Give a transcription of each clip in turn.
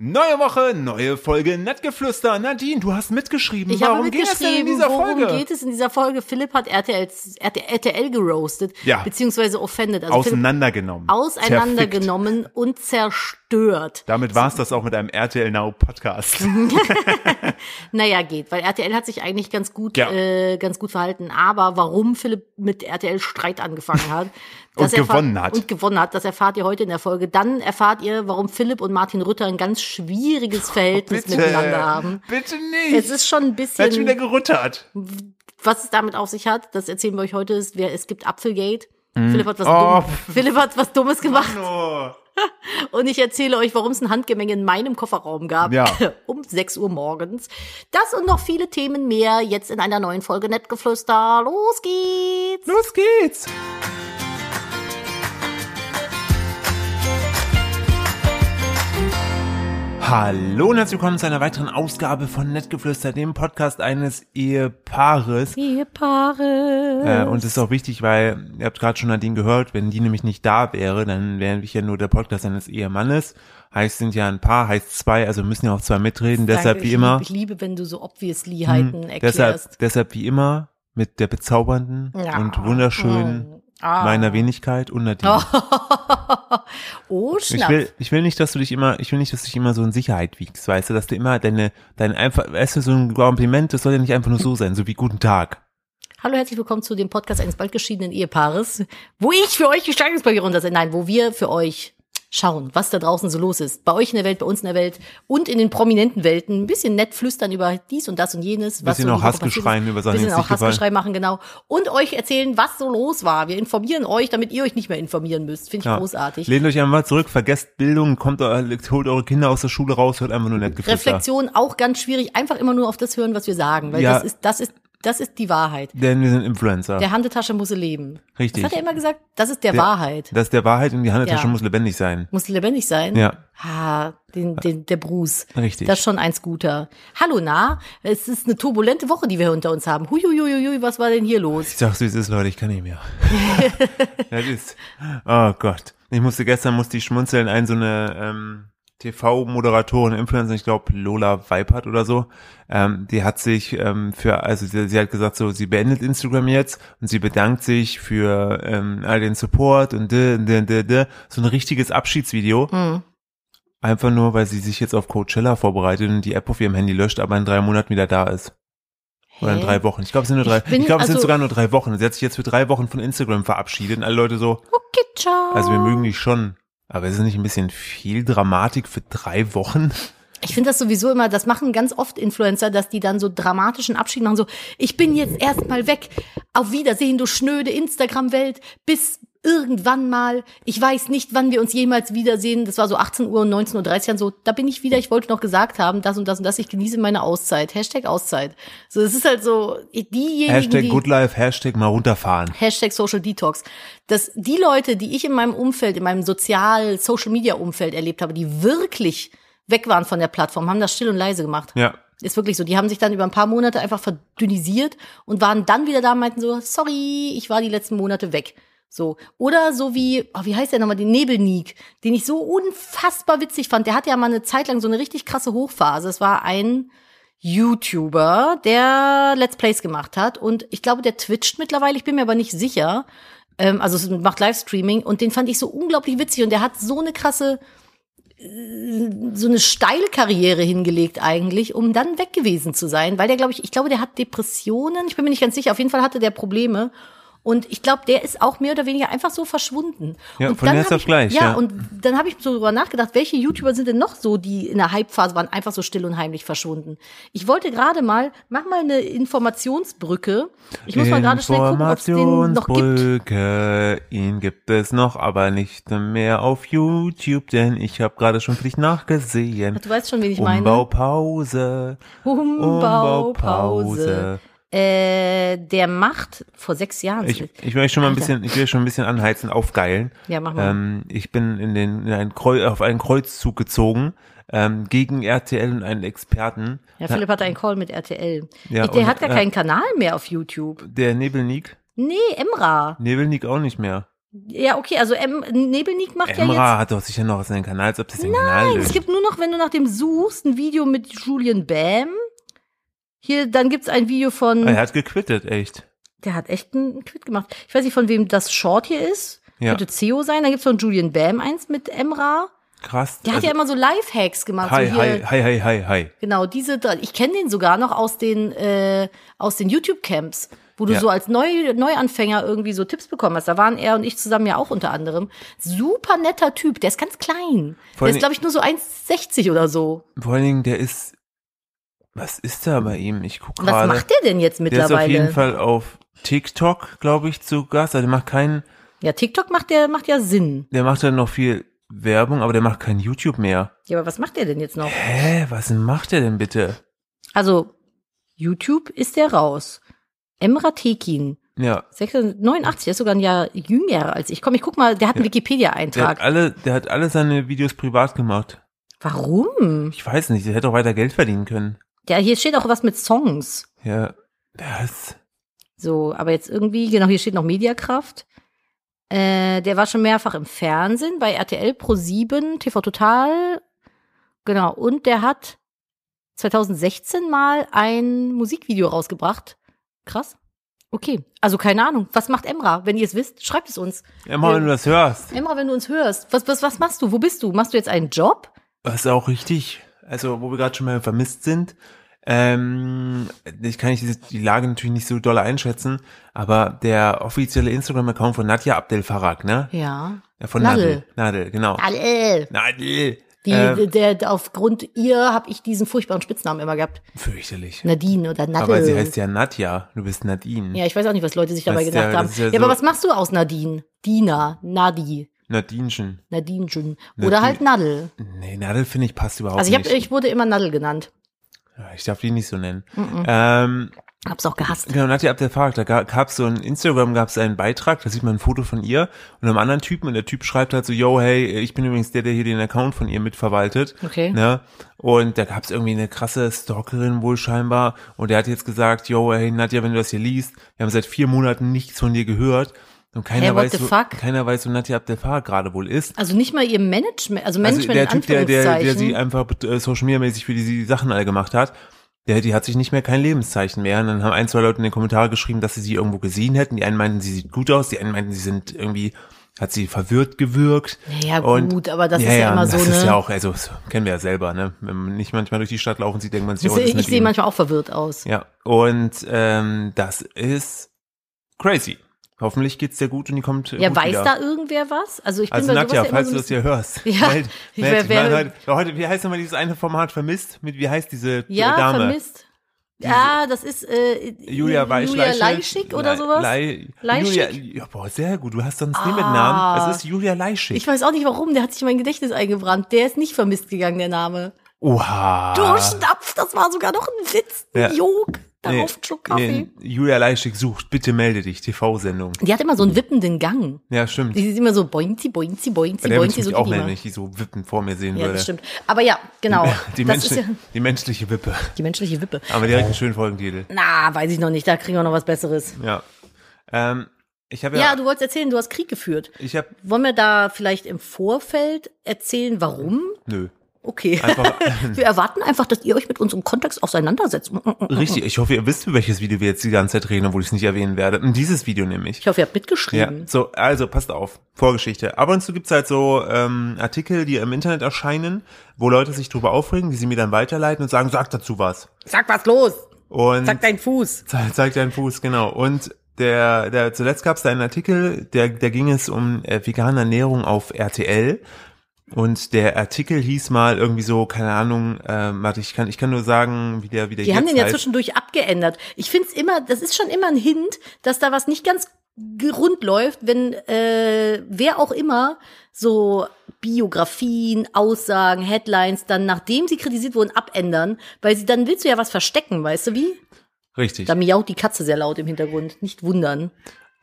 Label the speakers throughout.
Speaker 1: Neue Woche, neue Folge Nettgeflüster. Nadine, du hast mitgeschrieben.
Speaker 2: Ich
Speaker 1: Warum
Speaker 2: habe
Speaker 1: geht es denn in
Speaker 2: mitgeschrieben,
Speaker 1: dieser
Speaker 2: worum
Speaker 1: Folge?
Speaker 2: geht es in dieser Folge? Philipp hat RTL, RTL geroastet,
Speaker 1: Ja.
Speaker 2: beziehungsweise offended. Also Philipp
Speaker 1: Auseinandergenommen. Zerfickt.
Speaker 2: auseinandergenommen und zerstört.
Speaker 1: Damit war es das auch mit einem RTL Now Podcast.
Speaker 2: Naja, geht, weil RTL hat sich eigentlich ganz gut,
Speaker 1: Ja.
Speaker 2: äh, ganz gut verhalten. Aber warum Philipp mit RTL Streit angefangen hat das
Speaker 1: Und
Speaker 2: erfahr-
Speaker 1: gewonnen hat.
Speaker 2: und gewonnen hat, das erfahrt ihr heute in der Folge. Dann erfahrt ihr, warum Philipp und Martin Rütter ein ganz
Speaker 1: Oh,
Speaker 2: schwieriges Verhältnis miteinander haben.
Speaker 1: Bitte nicht.
Speaker 2: Es ist schon ein
Speaker 1: Er hat schon wieder
Speaker 2: bisschen,
Speaker 1: geruttert.
Speaker 2: was es damit auf sich hat, das erzählen wir euch heute. Es, wer- es gibt Apfelgate. Philipp, hat was
Speaker 1: Oh.
Speaker 2: dumm, Philipp hat was Dummes gemacht
Speaker 1: Oh.
Speaker 2: und ich erzähle euch, warum es ein Handgemenge in meinem Kofferraum gab.
Speaker 1: Ja.
Speaker 2: um 6 Uhr morgens. Das und noch viele Themen mehr jetzt in einer neuen Folge Nettgeflüster. Los geht's!
Speaker 1: Los geht's. Hallo und herzlich willkommen zu einer weiteren Ausgabe von Nettgeflüster, dem Podcast eines Ehepaares.
Speaker 2: Ihr Paare.
Speaker 1: Äh, und das ist auch wichtig, weil ihr habt gerade schon Nadine gehört, wenn die nämlich nicht da wäre, dann wären wir ja nur der Podcast eines Ehemannes. Heißt, sind ja ein Paar, heißt zwei, also müssen ja auch zwei mitreden. deshalb wie immer, Hm,
Speaker 2: Ich liebe, wenn du so Obviously-Heiten erklärst.
Speaker 1: deshalb, deshalb wie immer mit der bezaubernden
Speaker 2: Ja.
Speaker 1: und wunderschönen
Speaker 2: Ah.
Speaker 1: meiner Wenigkeit und Nadine.
Speaker 2: oh,
Speaker 1: Ich
Speaker 2: Schnapp.
Speaker 1: will, ich will nicht, dass du dich immer, ich will nicht, dass du dich immer so in Sicherheit wiegst, weißt du, dass du immer deine, dein einfach, weißt du, so ein Kompliment, das soll ja nicht einfach nur so sein, so wie guten Tag.
Speaker 2: Hallo, herzlich willkommen zu dem Podcast eines bald geschiedenen Ehepaares, wo ich für euch Gestaltungspapier runtersetze. Nein, wo wir für euch schauen, was da draußen so los ist. Bei euch in der Welt, bei uns in der Welt und in den prominenten Welten. Ein bisschen nett flüstern über dies und das und jenes. was
Speaker 1: Bisschen
Speaker 2: so
Speaker 1: auch
Speaker 2: die Woche
Speaker 1: Hassgeschreien
Speaker 2: passiert ist.
Speaker 1: über Sachen, die
Speaker 2: Bisschen
Speaker 1: uns
Speaker 2: auch
Speaker 1: nicht gefallen.
Speaker 2: Hassgeschrei machen, genau. Und euch erzählen, was so los war. Wir informieren euch, damit ihr euch nicht mehr informieren müsst. Finde ich
Speaker 1: Ja.
Speaker 2: großartig.
Speaker 1: Lehnt euch einmal zurück, vergesst Bildung, kommt, eu- holt eure Kinder aus der Schule raus, hört einfach nur nett geflüster.
Speaker 2: Reflexion auch ganz schwierig. Einfach immer nur auf das hören, was wir sagen. Weil
Speaker 1: Ja.
Speaker 2: das ist, das ist, das ist die Wahrheit.
Speaker 1: Denn wir sind Influencer.
Speaker 2: Der Handetasche muss leben.
Speaker 1: Richtig.
Speaker 2: Das hat er immer gesagt. Das ist der, Wahrheit.
Speaker 1: Das ist der Wahrheit und die Handeltasche
Speaker 2: Ja.
Speaker 1: muss lebendig sein.
Speaker 2: Muss lebendig sein.
Speaker 1: Ja.
Speaker 2: Ah, den, den, der Bruce.
Speaker 1: Richtig.
Speaker 2: Das ist schon ein Scooter. Hallo, na? Es ist eine turbulente Woche, die wir hinter uns haben. Huiuiuiui, was war denn hier los?
Speaker 1: Ich sag, wie es ist, Leute, ich kann nicht mehr. das ist. Oh Gott. Ich musste gestern musste ich schmunzeln, ein so eine ähm, TV-Moderatorin, Influencer, ich glaube Lola Weipert oder so, ähm, die hat sich ähm, für, also sie, sie hat gesagt, so, sie beendet Instagram jetzt und sie bedankt sich für ähm, all den Support und de, und de, de, de. so ein richtiges Abschiedsvideo. Einfach nur, weil sie sich jetzt auf Coachella vorbereitet und die App auf ihrem Handy löscht, aber in drei Monaten wieder da ist. Oder in
Speaker 2: Hä?
Speaker 1: drei Wochen. Ich glaube, es sind nur drei.
Speaker 2: Ich
Speaker 1: Ich,
Speaker 2: bin-
Speaker 1: glaube, es sind
Speaker 2: also-
Speaker 1: sogar nur drei Wochen. Sie hat sich jetzt für drei Wochen von Instagram verabschiedet und alle Leute so,
Speaker 2: Okay, ciao.
Speaker 1: also wir mögen dich schon. Aber ist es nicht ein bisschen viel Dramatik für drei Wochen?
Speaker 2: Ich finde das sowieso immer, das machen ganz oft Influencer, dass die dann so dramatischen Abschied machen, so, ich bin jetzt erstmal weg. Auf Wiedersehen, du schnöde Instagram-Welt. Bis irgendwann mal. Ich weiß nicht, wann wir uns jemals wiedersehen. Das war so 18 Uhr und 19.30 Uhr und so. Da bin ich wieder. Ich wollte noch gesagt haben, das und das und das. Ich genieße meine Auszeit. Hashtag Auszeit. So, es ist halt so, diejenigen,
Speaker 1: Hashtag
Speaker 2: die,
Speaker 1: Good Life, Hashtag mal runterfahren.
Speaker 2: Hashtag Social Detox, dass die Leute, die ich in meinem Umfeld, in meinem sozial, Social Media Umfeld erlebt habe, die wirklich weg waren von der Plattform, haben das still und leise gemacht.
Speaker 1: Ja.
Speaker 2: Ist wirklich so. Die haben sich dann über ein paar Monate einfach verdünnisiert und waren dann wieder da und meinten so, sorry, ich war die letzten Monate weg. So. Oder so wie, oh, wie heißt der nochmal, den Nebelniek, den ich so unfassbar witzig fand. Der hatte ja mal eine Zeit lang so eine richtig krasse Hochphase. Es war ein YouTuber, der Let's Plays gemacht hat. Und ich glaube, der twitcht mittlerweile, ich bin mir aber nicht sicher. Ähm, also es macht Livestreaming und den fand ich so unglaublich witzig und der hat so eine krasse, äh, so eine Steilkarriere hingelegt eigentlich, um dann weg gewesen zu sein, weil der glaube ich, ich glaube, der hat Depressionen, ich bin mir nicht ganz sicher, auf jeden Fall hatte der Probleme. Und ich glaube, der ist auch mehr oder weniger einfach so verschwunden.
Speaker 1: Ja,
Speaker 2: und
Speaker 1: von
Speaker 2: dann
Speaker 1: jetzt
Speaker 2: hab
Speaker 1: auf
Speaker 2: ich,
Speaker 1: gleich,
Speaker 2: Ja,
Speaker 1: ja.
Speaker 2: und dann habe ich so drüber nachgedacht, welche YouTuber sind denn noch so, die in der Hype-Phase waren, einfach so still und heimlich verschwunden. Ich wollte gerade mal, mach mal eine Informationsbrücke. Ich muss mal gerade schnell gucken, ob es den noch gibt.
Speaker 1: Informationsbrücke, ihn gibt es noch, aber nicht mehr auf YouTube, denn ich habe gerade schon für dich nachgesehen.
Speaker 2: Du weißt schon, wen ich meine.
Speaker 1: Umbaupause. Umbaupause.
Speaker 2: Äh, der macht vor sechs Jahren.
Speaker 1: Ich, ich will euch schon mal ein bisschen, ich will euch schon ein bisschen anheizen, aufgeilen.
Speaker 2: Ja, mach mal.
Speaker 1: Ähm, ich bin in den, in ein Kreu auf einen Kreuzzug gezogen ähm, gegen RTL und einen Experten.
Speaker 2: ja, Philipp hatte einen Call mit RTL.
Speaker 1: Ja,
Speaker 2: ich, der
Speaker 1: und,
Speaker 2: hat gar
Speaker 1: äh,
Speaker 2: keinen Kanal mehr auf YouTube.
Speaker 1: Der Nebelnik,
Speaker 2: Nee, Emra.
Speaker 1: Nebelnik auch nicht mehr.
Speaker 2: Ja, okay, also M Nebelnik macht
Speaker 1: Emra
Speaker 2: ja jetzt.
Speaker 1: hat doch sicher noch seinen Kanal, als ob das den Kanal
Speaker 2: Es
Speaker 1: löscht.
Speaker 2: gibt nur noch, wenn du nach dem suchst, ein Video mit Julian Bam. Hier, dann gibt's ein Video von.
Speaker 1: Ah, er hat gequittet, echt.
Speaker 2: Der hat echt einen Quit gemacht. Ich weiß nicht, von wem das Short hier ist.
Speaker 1: Ja.
Speaker 2: Könnte Ceo sein. Dann gibt's von Julian Bam eins mit Emra.
Speaker 1: Krass. Also,
Speaker 2: Der hat ja immer so Lifehacks gemacht.
Speaker 1: hi,
Speaker 2: so hier,
Speaker 1: hi, hi, hi, hi, hi.
Speaker 2: Genau, diese drei. Ich kenne den sogar noch aus den, äh, aus den YouTube-Camps, wo du
Speaker 1: Ja.
Speaker 2: so als Neu Neuanfänger irgendwie so Tipps bekommen hast. Da waren er und ich zusammen ja auch unter anderem. Super netter Typ, der ist ganz klein.
Speaker 1: Vor
Speaker 2: der
Speaker 1: allen
Speaker 2: ist, glaube ich, nur so 1,60 oder so.
Speaker 1: Vor allen Dingen, der ist. Was ist da bei ihm? Ich gucke
Speaker 2: Was
Speaker 1: gerade.
Speaker 2: macht der denn jetzt
Speaker 1: Der ist auf jeden
Speaker 2: mittlerweile?
Speaker 1: Fall auf TikTok, glaube ich, zu Gast. Also der macht keinen,
Speaker 2: Ja, TikTok macht der macht ja Sinn.
Speaker 1: der macht dann noch viel Werbung, aber der macht kein YouTube mehr.
Speaker 2: Ja, aber was macht der denn jetzt noch?
Speaker 1: Hä, was macht der denn bitte?
Speaker 2: Also, YouTube ist der raus. Emra Tekin,
Speaker 1: Ja,
Speaker 2: 86, 89, der ist sogar ein Jahr jünger als ich. Komm, ich guck mal, der hat einen
Speaker 1: der hat
Speaker 2: Wikipedia-Eintrag.
Speaker 1: alle, der hat alle seine Videos privat gemacht.
Speaker 2: Warum?
Speaker 1: Ich weiß nicht, der hätte auch weiter Geld verdienen können.
Speaker 2: Ja, hier steht auch was mit Songs.
Speaker 1: Ja, der ist,
Speaker 2: So, aber jetzt irgendwie, genau, hier steht noch Mediakraft. Äh, der war schon mehrfach im Fernsehen bei RTL Pro 7, TV Total. Genau, und der hat 2016 mal ein Musikvideo rausgebracht. Krass. Okay, also keine Ahnung. Was macht Emra? Wenn ihr es wisst, schreibt es uns.
Speaker 1: immer wenn du das hörst,
Speaker 2: Emra, wenn du uns hörst, was, was, was machst du? Wo bist du? Machst du jetzt einen Job?
Speaker 1: das ist auch richtig. Also, wo wir gerade schon mal vermisst sind, ähm, ich kann nicht diese, die Lage natürlich nicht so doll einschätzen, aber der offizielle Instagram-Account von Nadja Abdel Farag, ne?
Speaker 2: Ja.
Speaker 1: Ja, von Nadel.
Speaker 2: Nadel.
Speaker 1: Nadel, genau.
Speaker 2: Alle.
Speaker 1: Nadel.
Speaker 2: Die,
Speaker 1: äh,
Speaker 2: der, der, aufgrund ihr habe ich diesen furchtbaren Spitznamen immer gehabt.
Speaker 1: fürchterlich.
Speaker 2: Nadine oder Nadel.
Speaker 1: Aber sie heißt ja Nadja. Du bist Nadine.
Speaker 2: Ja, ich weiß auch nicht, was Leute sich dabei
Speaker 1: Das ist ja-
Speaker 2: gedacht
Speaker 1: das
Speaker 2: haben.
Speaker 1: ist ja
Speaker 2: Ja, aber
Speaker 1: so-
Speaker 2: was machst du aus Nadine? Dina, Nadi,
Speaker 1: Nadinchen.
Speaker 2: Nadinchen
Speaker 1: Nadine.
Speaker 2: oder halt Nadel.
Speaker 1: Nee, Nadel finde ich passt überhaupt
Speaker 2: Also ich, hab,
Speaker 1: nicht.
Speaker 2: ich wurde immer Nadel genannt.
Speaker 1: Ja, Ah, ich darf die nicht so nennen. Ähm,
Speaker 2: Hab's auch gehasst.
Speaker 1: genau, Nadja Abdelfarag, da ga- gab's so ein Instagram, gab's einen Beitrag, da sieht man ein Foto von ihr und einem anderen Typen und der Typ schreibt halt so, yo, hey, ich bin übrigens der, der hier den Account von ihr mitverwaltet.
Speaker 2: Okay.
Speaker 1: Ne? Und da gab's irgendwie eine krasse Stalkerin wohl scheinbar und der hat jetzt gesagt, yo, hey, Nadja, wenn du das hier liest, wir haben seit vier Monaten nichts von dir gehört und keiner,
Speaker 2: Hey, what
Speaker 1: weiß,
Speaker 2: the
Speaker 1: wo,
Speaker 2: fuck?
Speaker 1: keiner weiß, wo Nadja Abdelfarag gerade wohl ist.
Speaker 2: Also nicht mal ihr Management,
Speaker 1: Also
Speaker 2: also Management
Speaker 1: der Typ, der,
Speaker 2: in
Speaker 1: der, der
Speaker 2: Anführungszeichen.
Speaker 1: sie einfach äh, Social Media mäßig für die, sie die Sachen alle gemacht hat, der, die hat sich nicht mehr kein Lebenszeichen mehr. Und dann haben ein, zwei Leute in den Kommentaren geschrieben, dass sie sie irgendwo gesehen hätten. Die einen meinten, sie sieht gut aus, die einen meinten, sie sind irgendwie, hat sie verwirrt gewirkt.
Speaker 2: Naja,
Speaker 1: Und-
Speaker 2: gut, aber das ist ja immer
Speaker 1: das
Speaker 2: so,
Speaker 1: ist
Speaker 2: ne?
Speaker 1: ja auch, also das kennen wir ja selber, ne? Wenn man nicht manchmal durch die Stadt laufen sieht, denkt man sich, oh, das ist
Speaker 2: ich
Speaker 1: mit
Speaker 2: sehe
Speaker 1: ihm.
Speaker 2: manchmal auch verwirrt aus.
Speaker 1: Ja, und ähm, das ist crazy. Hoffentlich geht's dir gut und die kommt äh,
Speaker 2: Ja,
Speaker 1: gut
Speaker 2: weiß
Speaker 1: wieder.
Speaker 2: da irgendwer was? Also ich bin
Speaker 1: Also
Speaker 2: bei
Speaker 1: Nadja,
Speaker 2: sowas ja immer
Speaker 1: falls
Speaker 2: so
Speaker 1: du
Speaker 2: ein
Speaker 1: das hier hörst,
Speaker 2: Ja,
Speaker 1: meld,
Speaker 2: ich
Speaker 1: meld
Speaker 2: wär-
Speaker 1: dich.
Speaker 2: wär-
Speaker 1: Weil heute, weil heute, wie heißt nochmal dieses eine Format vermisst? Mit wie heißt diese
Speaker 2: bisschen- ja,
Speaker 1: Dame?
Speaker 2: vermisst. Ja, das ist äh,
Speaker 1: Julia Weich-
Speaker 2: Julia
Speaker 1: Leischel-
Speaker 2: Leischig oder
Speaker 1: Lei-
Speaker 2: sowas.
Speaker 1: Lei,
Speaker 2: Leischig?
Speaker 1: Julia, ja, boah, sehr gut. Du hast sonst nie mit
Speaker 2: Ah.
Speaker 1: Namen. Das ist Julia Leischig.
Speaker 2: ich weiß auch nicht warum, der hat sich in mein Gedächtnis eingebrannt. Der ist nicht vermisst gegangen, der Name.
Speaker 1: Oha.
Speaker 2: Du Schnapf, das war sogar noch ein Witz, ein
Speaker 1: Ah. Ja.
Speaker 2: Jog, darauf
Speaker 1: Nee,
Speaker 2: ein Schluck Kaffee.
Speaker 1: nee, Julia Leischig sucht, bitte melde dich. TV-Sendung.
Speaker 2: Die hat immer so einen wippenden Gang.
Speaker 1: Ja, stimmt.
Speaker 2: Die ist immer so boinzi, boinzi, boinzi,
Speaker 1: Bei der würde ich
Speaker 2: boinzi,
Speaker 1: mich
Speaker 2: so
Speaker 1: auch
Speaker 2: geht die
Speaker 1: melden,
Speaker 2: immer.
Speaker 1: wenn ich die so wippen vor mir sehen
Speaker 2: Ja,
Speaker 1: würde.
Speaker 2: das stimmt. Aber ja, genau.
Speaker 1: Die,
Speaker 2: das ist
Speaker 1: Menschen,
Speaker 2: ja
Speaker 1: die menschliche Wippe.
Speaker 2: die menschliche Wippe.
Speaker 1: Aber direkt einen schönen Folgentitel.
Speaker 2: Na, weiß ich noch nicht, da kriegen wir noch was Besseres.
Speaker 1: Ja. Ähm, ich habe
Speaker 2: Ja,
Speaker 1: ja,
Speaker 2: du wolltest erzählen, du hast Krieg geführt.
Speaker 1: ich habe,
Speaker 2: Wollen wir da vielleicht im Vorfeld erzählen, warum?
Speaker 1: nö.
Speaker 2: Okay.
Speaker 1: Einfach,
Speaker 2: wir erwarten einfach, dass ihr euch mit unserem Kontext auseinandersetzt.
Speaker 1: Richtig, ich hoffe, ihr wisst, über welches Video wir jetzt die ganze Zeit reden, obwohl ich es nicht erwähnen werde. Und dieses Video nämlich.
Speaker 2: Ich hoffe, ihr habt
Speaker 1: Ja,
Speaker 2: mitgeschrieben.
Speaker 1: so, also passt auf, Vorgeschichte. Ab und zu gibt's halt so ähm, Artikel, die im Internet erscheinen, wo Leute sich drüber aufregen, die sie mir dann weiterleiten und sagen, sag dazu was.
Speaker 2: Sag was los,
Speaker 1: Und
Speaker 2: sag deinen Fuß.
Speaker 1: Ze- Zeig deinen Fuß, genau. Und der, der zuletzt gab es da einen Artikel, der, der ging es um äh, vegane Ernährung auf RTL. Und der Artikel hieß mal irgendwie so, keine Ahnung, ähm, warte, ich kann, ich kann nur sagen, wie der, wie der
Speaker 2: Die
Speaker 1: jetzt
Speaker 2: haben den ja
Speaker 1: heißt.
Speaker 2: zwischendurch abgeändert. Ich find's immer, das ist schon immer ein Hint, dass da was nicht ganz g- rund läuft, wenn äh, wer auch immer so Biografien, Aussagen, Headlines dann, nachdem sie kritisiert wurden, abändern, weil sie dann willst du ja was verstecken, weißt du wie?
Speaker 1: Richtig.
Speaker 2: Da miaut die Katze sehr laut im Hintergrund. Nicht wundern.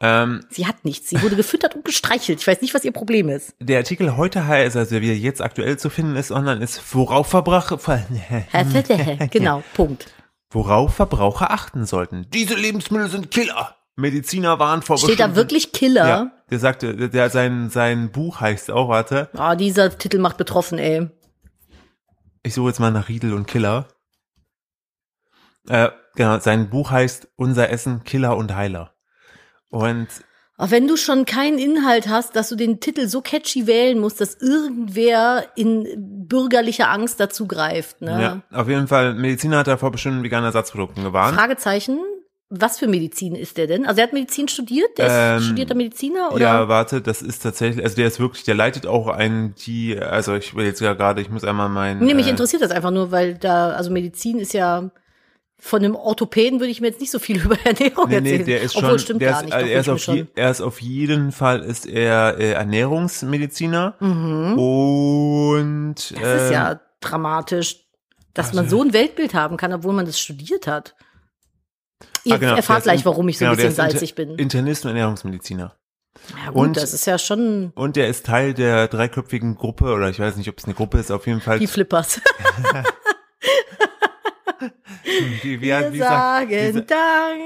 Speaker 1: Ähm,
Speaker 2: Sie hat nichts. Sie wurde gefüttert und gestreichelt. Ich weiß nicht, was ihr Problem ist.
Speaker 1: Der Artikel heute heißt, also wie er jetzt aktuell zu finden ist online, ist, worauf Verbraucher, ver-
Speaker 2: genau, Punkt.
Speaker 1: worauf Verbraucher achten sollten. Diese Lebensmittel sind Killer. Mediziner waren vor
Speaker 2: Steht da
Speaker 1: bestimmten-
Speaker 2: wirklich Killer?
Speaker 1: Ja, der sagte, der- der, sein, sein Buch heißt auch, warte,
Speaker 2: Ah, dieser Titel macht betroffen, ey.
Speaker 1: ich suche jetzt mal nach Riedel und Killer. Äh, genau, sein Buch heißt Unser Essen, Killer und Heiler. Und
Speaker 2: Aber wenn du schon keinen Inhalt hast, dass du den Titel so catchy wählen musst, dass irgendwer in bürgerlicher Angst dazu greift,
Speaker 1: ja,
Speaker 2: ne?
Speaker 1: auf jeden Fall, Mediziner hat er vor bestimmten veganen Ersatzprodukten gewarnt.
Speaker 2: Fragezeichen, was für Medizin ist der denn? Also er hat Medizin studiert, der
Speaker 1: Ähm,
Speaker 2: ist studierter Mediziner oder?
Speaker 1: Ja, warte, das ist tatsächlich, also der ist wirklich, der leitet auch einen, die, also ich will jetzt ja gerade, ich muss einmal meinen.
Speaker 2: nee, mich
Speaker 1: äh,
Speaker 2: interessiert das einfach nur, weil da, also Medizin ist ja von einem Orthopäden würde ich mir jetzt nicht so viel über Ernährung
Speaker 1: Nee, nee,
Speaker 2: erzählen.
Speaker 1: der ist
Speaker 2: Obwohl,
Speaker 1: schon,
Speaker 2: stimmt
Speaker 1: der
Speaker 2: gar
Speaker 1: ist,
Speaker 2: nicht.
Speaker 1: also
Speaker 2: doch,
Speaker 1: er, ist
Speaker 2: bin
Speaker 1: auf
Speaker 2: ich
Speaker 1: je,
Speaker 2: mir
Speaker 1: er ist auf jeden Fall ist er äh, Ernährungsmediziner
Speaker 2: Mhm.
Speaker 1: und
Speaker 2: schon. Hm? Das ist
Speaker 1: äh,
Speaker 2: ja dramatisch, dass man
Speaker 1: also
Speaker 2: so ein Weltbild haben kann, obwohl man das studiert hat. Ihr
Speaker 1: ah, genau, der
Speaker 2: erfahrt
Speaker 1: ist
Speaker 2: gleich,
Speaker 1: in-
Speaker 2: warum ich so
Speaker 1: genau,
Speaker 2: ein
Speaker 1: der
Speaker 2: bisschen
Speaker 1: ist Inter-
Speaker 2: salzig bin.
Speaker 1: Internist und Ernährungsmediziner.
Speaker 2: Ja gut,
Speaker 1: Und-
Speaker 2: das ist ja schon
Speaker 1: Und der ist Teil der dreiköpfigen Gruppe, oder ich weiß nicht, ob es eine Gruppe ist, auf jeden Fall.
Speaker 2: die Flippers.
Speaker 1: wie, wie,
Speaker 2: Wir
Speaker 1: wie, sagt-
Speaker 2: sagen
Speaker 1: wie, sa-
Speaker 2: Danke.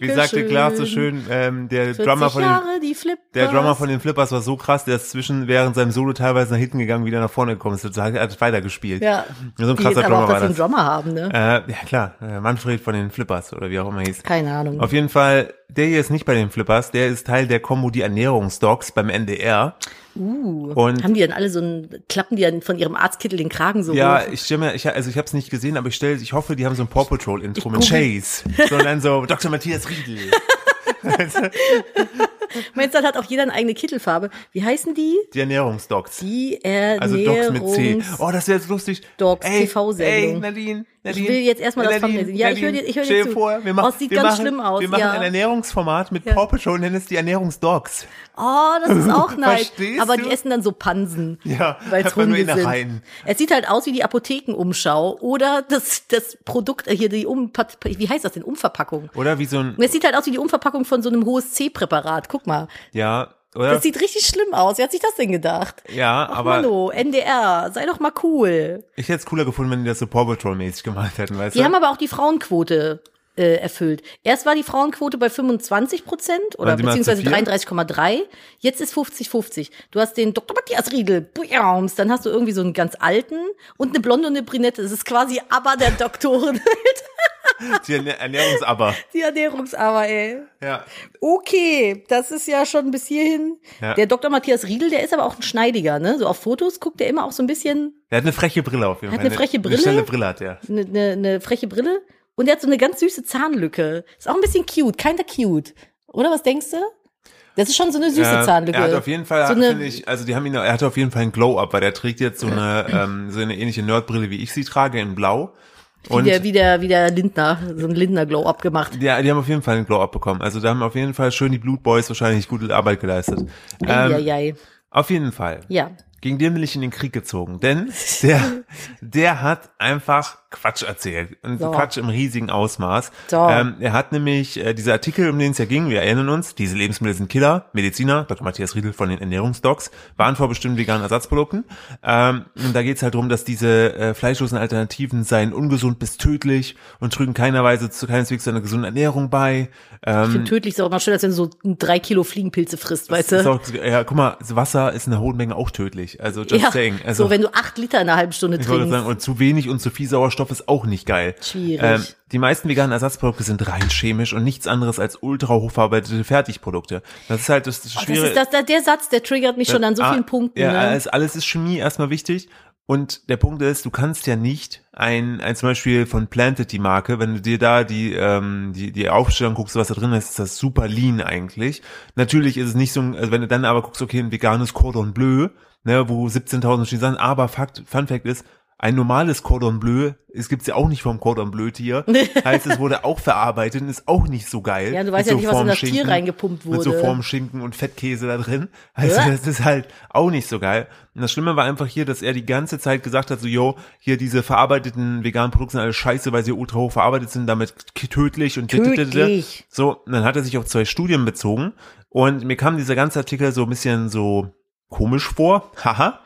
Speaker 1: wie sagte Klaas so schön, ähm, der Drummer von den
Speaker 2: Jahre, die Flippers.
Speaker 1: Der Drummer von den Flippers war so krass, der ist zwischen während seinem Solo teilweise nach hinten gegangen, wieder nach vorne gekommen ist. Er hat- hat weitergespielt.
Speaker 2: ja.
Speaker 1: So ein
Speaker 2: die
Speaker 1: krasser
Speaker 2: jetzt aber
Speaker 1: Drummer
Speaker 2: auch
Speaker 1: war
Speaker 2: dafür
Speaker 1: das.
Speaker 2: einen Drummer haben, ne?
Speaker 1: Äh, ja klar, äh, Manfred von den Flippers oder wie auch immer hieß.
Speaker 2: Keine Ahnung.
Speaker 1: Auf jeden Fall, der hier ist nicht bei den Flippers, der ist Teil der Kombo Die Ernährungsdocs beim NDR.
Speaker 2: Uh,
Speaker 1: Und-
Speaker 2: haben die dann alle so einen, klappen die dann von ihrem Arztkittel den Kragen so
Speaker 1: Ja,
Speaker 2: hoch?
Speaker 1: ich stelle mir, ich, also ich habe es nicht gesehen, aber ich stelle, ich hoffe, die haben so ein Paw Patrol Intro
Speaker 2: Ich
Speaker 1: mit
Speaker 2: google-
Speaker 1: Chase, sondern so Dr. Matthias Riedel.
Speaker 2: Meinst du, dann hat auch jeder eine eigene Kittelfarbe. Wie heißen die?
Speaker 1: Die Ernährungsdocs.
Speaker 2: Die
Speaker 1: Also Docs mit C.
Speaker 2: Ernährungs...
Speaker 1: Oh, das wäre jetzt lustig.
Speaker 2: Docs,
Speaker 1: Ey,
Speaker 2: TV-Sendung.
Speaker 1: Ey, Nadine, Nadine.
Speaker 2: Ich will jetzt erstmal das
Speaker 1: Nadine,
Speaker 2: Thumbnail sehen. Ja, ich höre
Speaker 1: Nadine,
Speaker 2: dir, ich hör
Speaker 1: stell
Speaker 2: dir
Speaker 1: dir
Speaker 2: zu.
Speaker 1: vor, wir machen,
Speaker 2: oh, es sieht
Speaker 1: wir
Speaker 2: ganz
Speaker 1: machen,
Speaker 2: schlimm aus.
Speaker 1: Wir machen
Speaker 2: ja.
Speaker 1: ein Ernährungsformat mit Paw Patrol und nennen es die Ernährungsdocs.
Speaker 2: Oh, das ist auch nice.
Speaker 1: Verstehst
Speaker 2: Aber
Speaker 1: du?
Speaker 2: die essen dann so Pansen.
Speaker 1: Ja,
Speaker 2: weil es
Speaker 1: einfach nur
Speaker 2: Hunde sind.
Speaker 1: Innereien.
Speaker 2: Es sieht halt aus wie die Apothekenumschau oder das, das Produkt, äh, hier die Umpat, wie heißt das denn? Umverpackung.
Speaker 1: Oder wie so ein,
Speaker 2: Und es sieht halt aus wie die Umverpackung von so einem HSC-Präparat. Guck mal.
Speaker 1: ja, oder?
Speaker 2: Das sieht richtig schlimm aus. Wer hat sich das denn gedacht?
Speaker 1: Ja,
Speaker 2: Ach,
Speaker 1: aber
Speaker 2: Mano, NDR, sei doch mal cool.
Speaker 1: ich hätte es cooler gefunden, wenn die das so Paw Patrol mäßig gemacht hätten, weißt
Speaker 2: Die
Speaker 1: du?
Speaker 2: haben aber auch die Frauenquote äh, erfüllt. Erst war die Frauenquote bei 25 Prozent oder
Speaker 1: Waren die mal zu
Speaker 2: beziehungsweise
Speaker 1: viel?
Speaker 2: 33,3. Jetzt ist 50-50. Du hast den Dr. Matthias Riedel, Bujams, dann hast du irgendwie so einen ganz alten und eine blonde und eine Brünette. Es ist quasi aber der Doktoren,
Speaker 1: die Erne- Ernährungsabber.
Speaker 2: die Ernährungsaber, ey.
Speaker 1: Ja.
Speaker 2: Okay, das ist ja schon bis hierhin.
Speaker 1: Ja.
Speaker 2: Der Dr. Matthias Riedel, der ist aber auch ein Schneidiger, ne? So auf Fotos guckt er immer auch so ein bisschen
Speaker 1: Der hat eine freche Brille auf jeden
Speaker 2: Hat
Speaker 1: Fall.
Speaker 2: eine freche Brille?
Speaker 1: Eine schnelle Brille hat der.
Speaker 2: eine, eine, eine ne, freche Brille und er hat so eine ganz süße Zahnlücke. Ist auch ein bisschen cute, kinda cute. Oder was denkst du? Das ist schon so eine süße
Speaker 1: Ja,
Speaker 2: Zahnlücke.
Speaker 1: Äh, Er hat auf jeden Fall,
Speaker 2: so
Speaker 1: finde ich, also die haben ihn, er hat auf jeden Fall einen Glow-Up, weil der trägt jetzt so eine, ähm, so eine ähnliche Nerdbrille, wie ich sie trage, in Blau.
Speaker 2: wie der, wie der, wie der Lindner, so ein Lindner-Glow abgemacht.
Speaker 1: Ja, die haben auf jeden Fall einen Glow-Up bekommen. Also da haben auf jeden Fall schön die Blue Boys wahrscheinlich gute Arbeit geleistet. Ähm,
Speaker 2: Eieiei.
Speaker 1: Auf jeden Fall.
Speaker 2: Ja.
Speaker 1: Gegen den bin ich in den Krieg gezogen, denn der, der hat einfach Quatsch erzählt. Und
Speaker 2: So.
Speaker 1: Quatsch im riesigen Ausmaß.
Speaker 2: So.
Speaker 1: Ähm, er hat nämlich äh, dieser Artikel, um den es ja ging, wir erinnern uns, diese Lebensmittel sind Killer, Mediziner, Dr. Matthias Riedel von den Ernährungsdocs, waren vor bestimmten veganen Ersatzprodukten. Ähm, und da geht es halt darum, dass diese äh, fleischlosen Alternativen seien ungesund bis tödlich und trügen keinerweise zu keineswegs zu einer gesunden Ernährung bei. ähm,
Speaker 2: Ich finde tödlich ist auch immer schön, als wenn du so drei Kilo Fliegenpilze frisst, weißt
Speaker 1: Ist
Speaker 2: du?
Speaker 1: auch, ja, guck mal, Wasser ist in einer hohen Menge auch tödlich. Also just
Speaker 2: Ja,
Speaker 1: saying. Also,
Speaker 2: so wenn du acht Liter in einer halben Stunde
Speaker 1: ich wollte
Speaker 2: trinkst. Oh,
Speaker 1: sagen, und zu wenig und zu viel Sauerstoff ist auch nicht geil. Ähm,
Speaker 2: Schwierig.
Speaker 1: die meisten veganen Ersatzprodukte sind rein chemisch und nichts anderes als ultra hochverarbeitete Fertigprodukte. Das ist halt das, das
Speaker 2: Oh, das
Speaker 1: Schwierige.
Speaker 2: ist das, das, der Satz, der triggert mich schon an so
Speaker 1: Ah,
Speaker 2: vielen Punkten.
Speaker 1: Ja,
Speaker 2: ne?
Speaker 1: alles, alles ist Chemie erstmal wichtig. Und der Punkt ist, du kannst ja nicht ein, ein zum Beispiel von Planted die Marke, wenn du dir da die, ähm, die, die Aufstellung guckst, was da drin ist, ist das super lean eigentlich. Natürlich ist es nicht so, ein- also wenn du dann aber guckst, okay, ein veganes Cordon Bleu, ne, wo 17.000 stehen sind, aber Fakt, Fun Fact ist, ein normales Cordon Bleu, es gibt's ja auch nicht vom Cordon Bleu Tier, heißt es wurde auch verarbeitet und ist auch nicht so geil.
Speaker 2: Ja, du
Speaker 1: Mit
Speaker 2: weißt ja nicht, was in das Tier
Speaker 1: Formschinken,
Speaker 2: reingepumpt
Speaker 1: Mit so
Speaker 2: wurde.
Speaker 1: Form Schinken und Fettkäse da drin. Also
Speaker 2: Ja.
Speaker 1: das ist halt auch nicht so geil. Und das Schlimme war einfach hier, dass er die ganze Zeit gesagt hat, so yo, hier diese verarbeiteten veganen Produkte sind alle scheiße, weil sie ultra hoch verarbeitet sind, damit k- tödlich und
Speaker 2: Tödlich.
Speaker 1: so. Und dann hat er sich auf zwei Studien bezogen und mir kam dieser ganze Artikel so ein bisschen so komisch vor. Haha.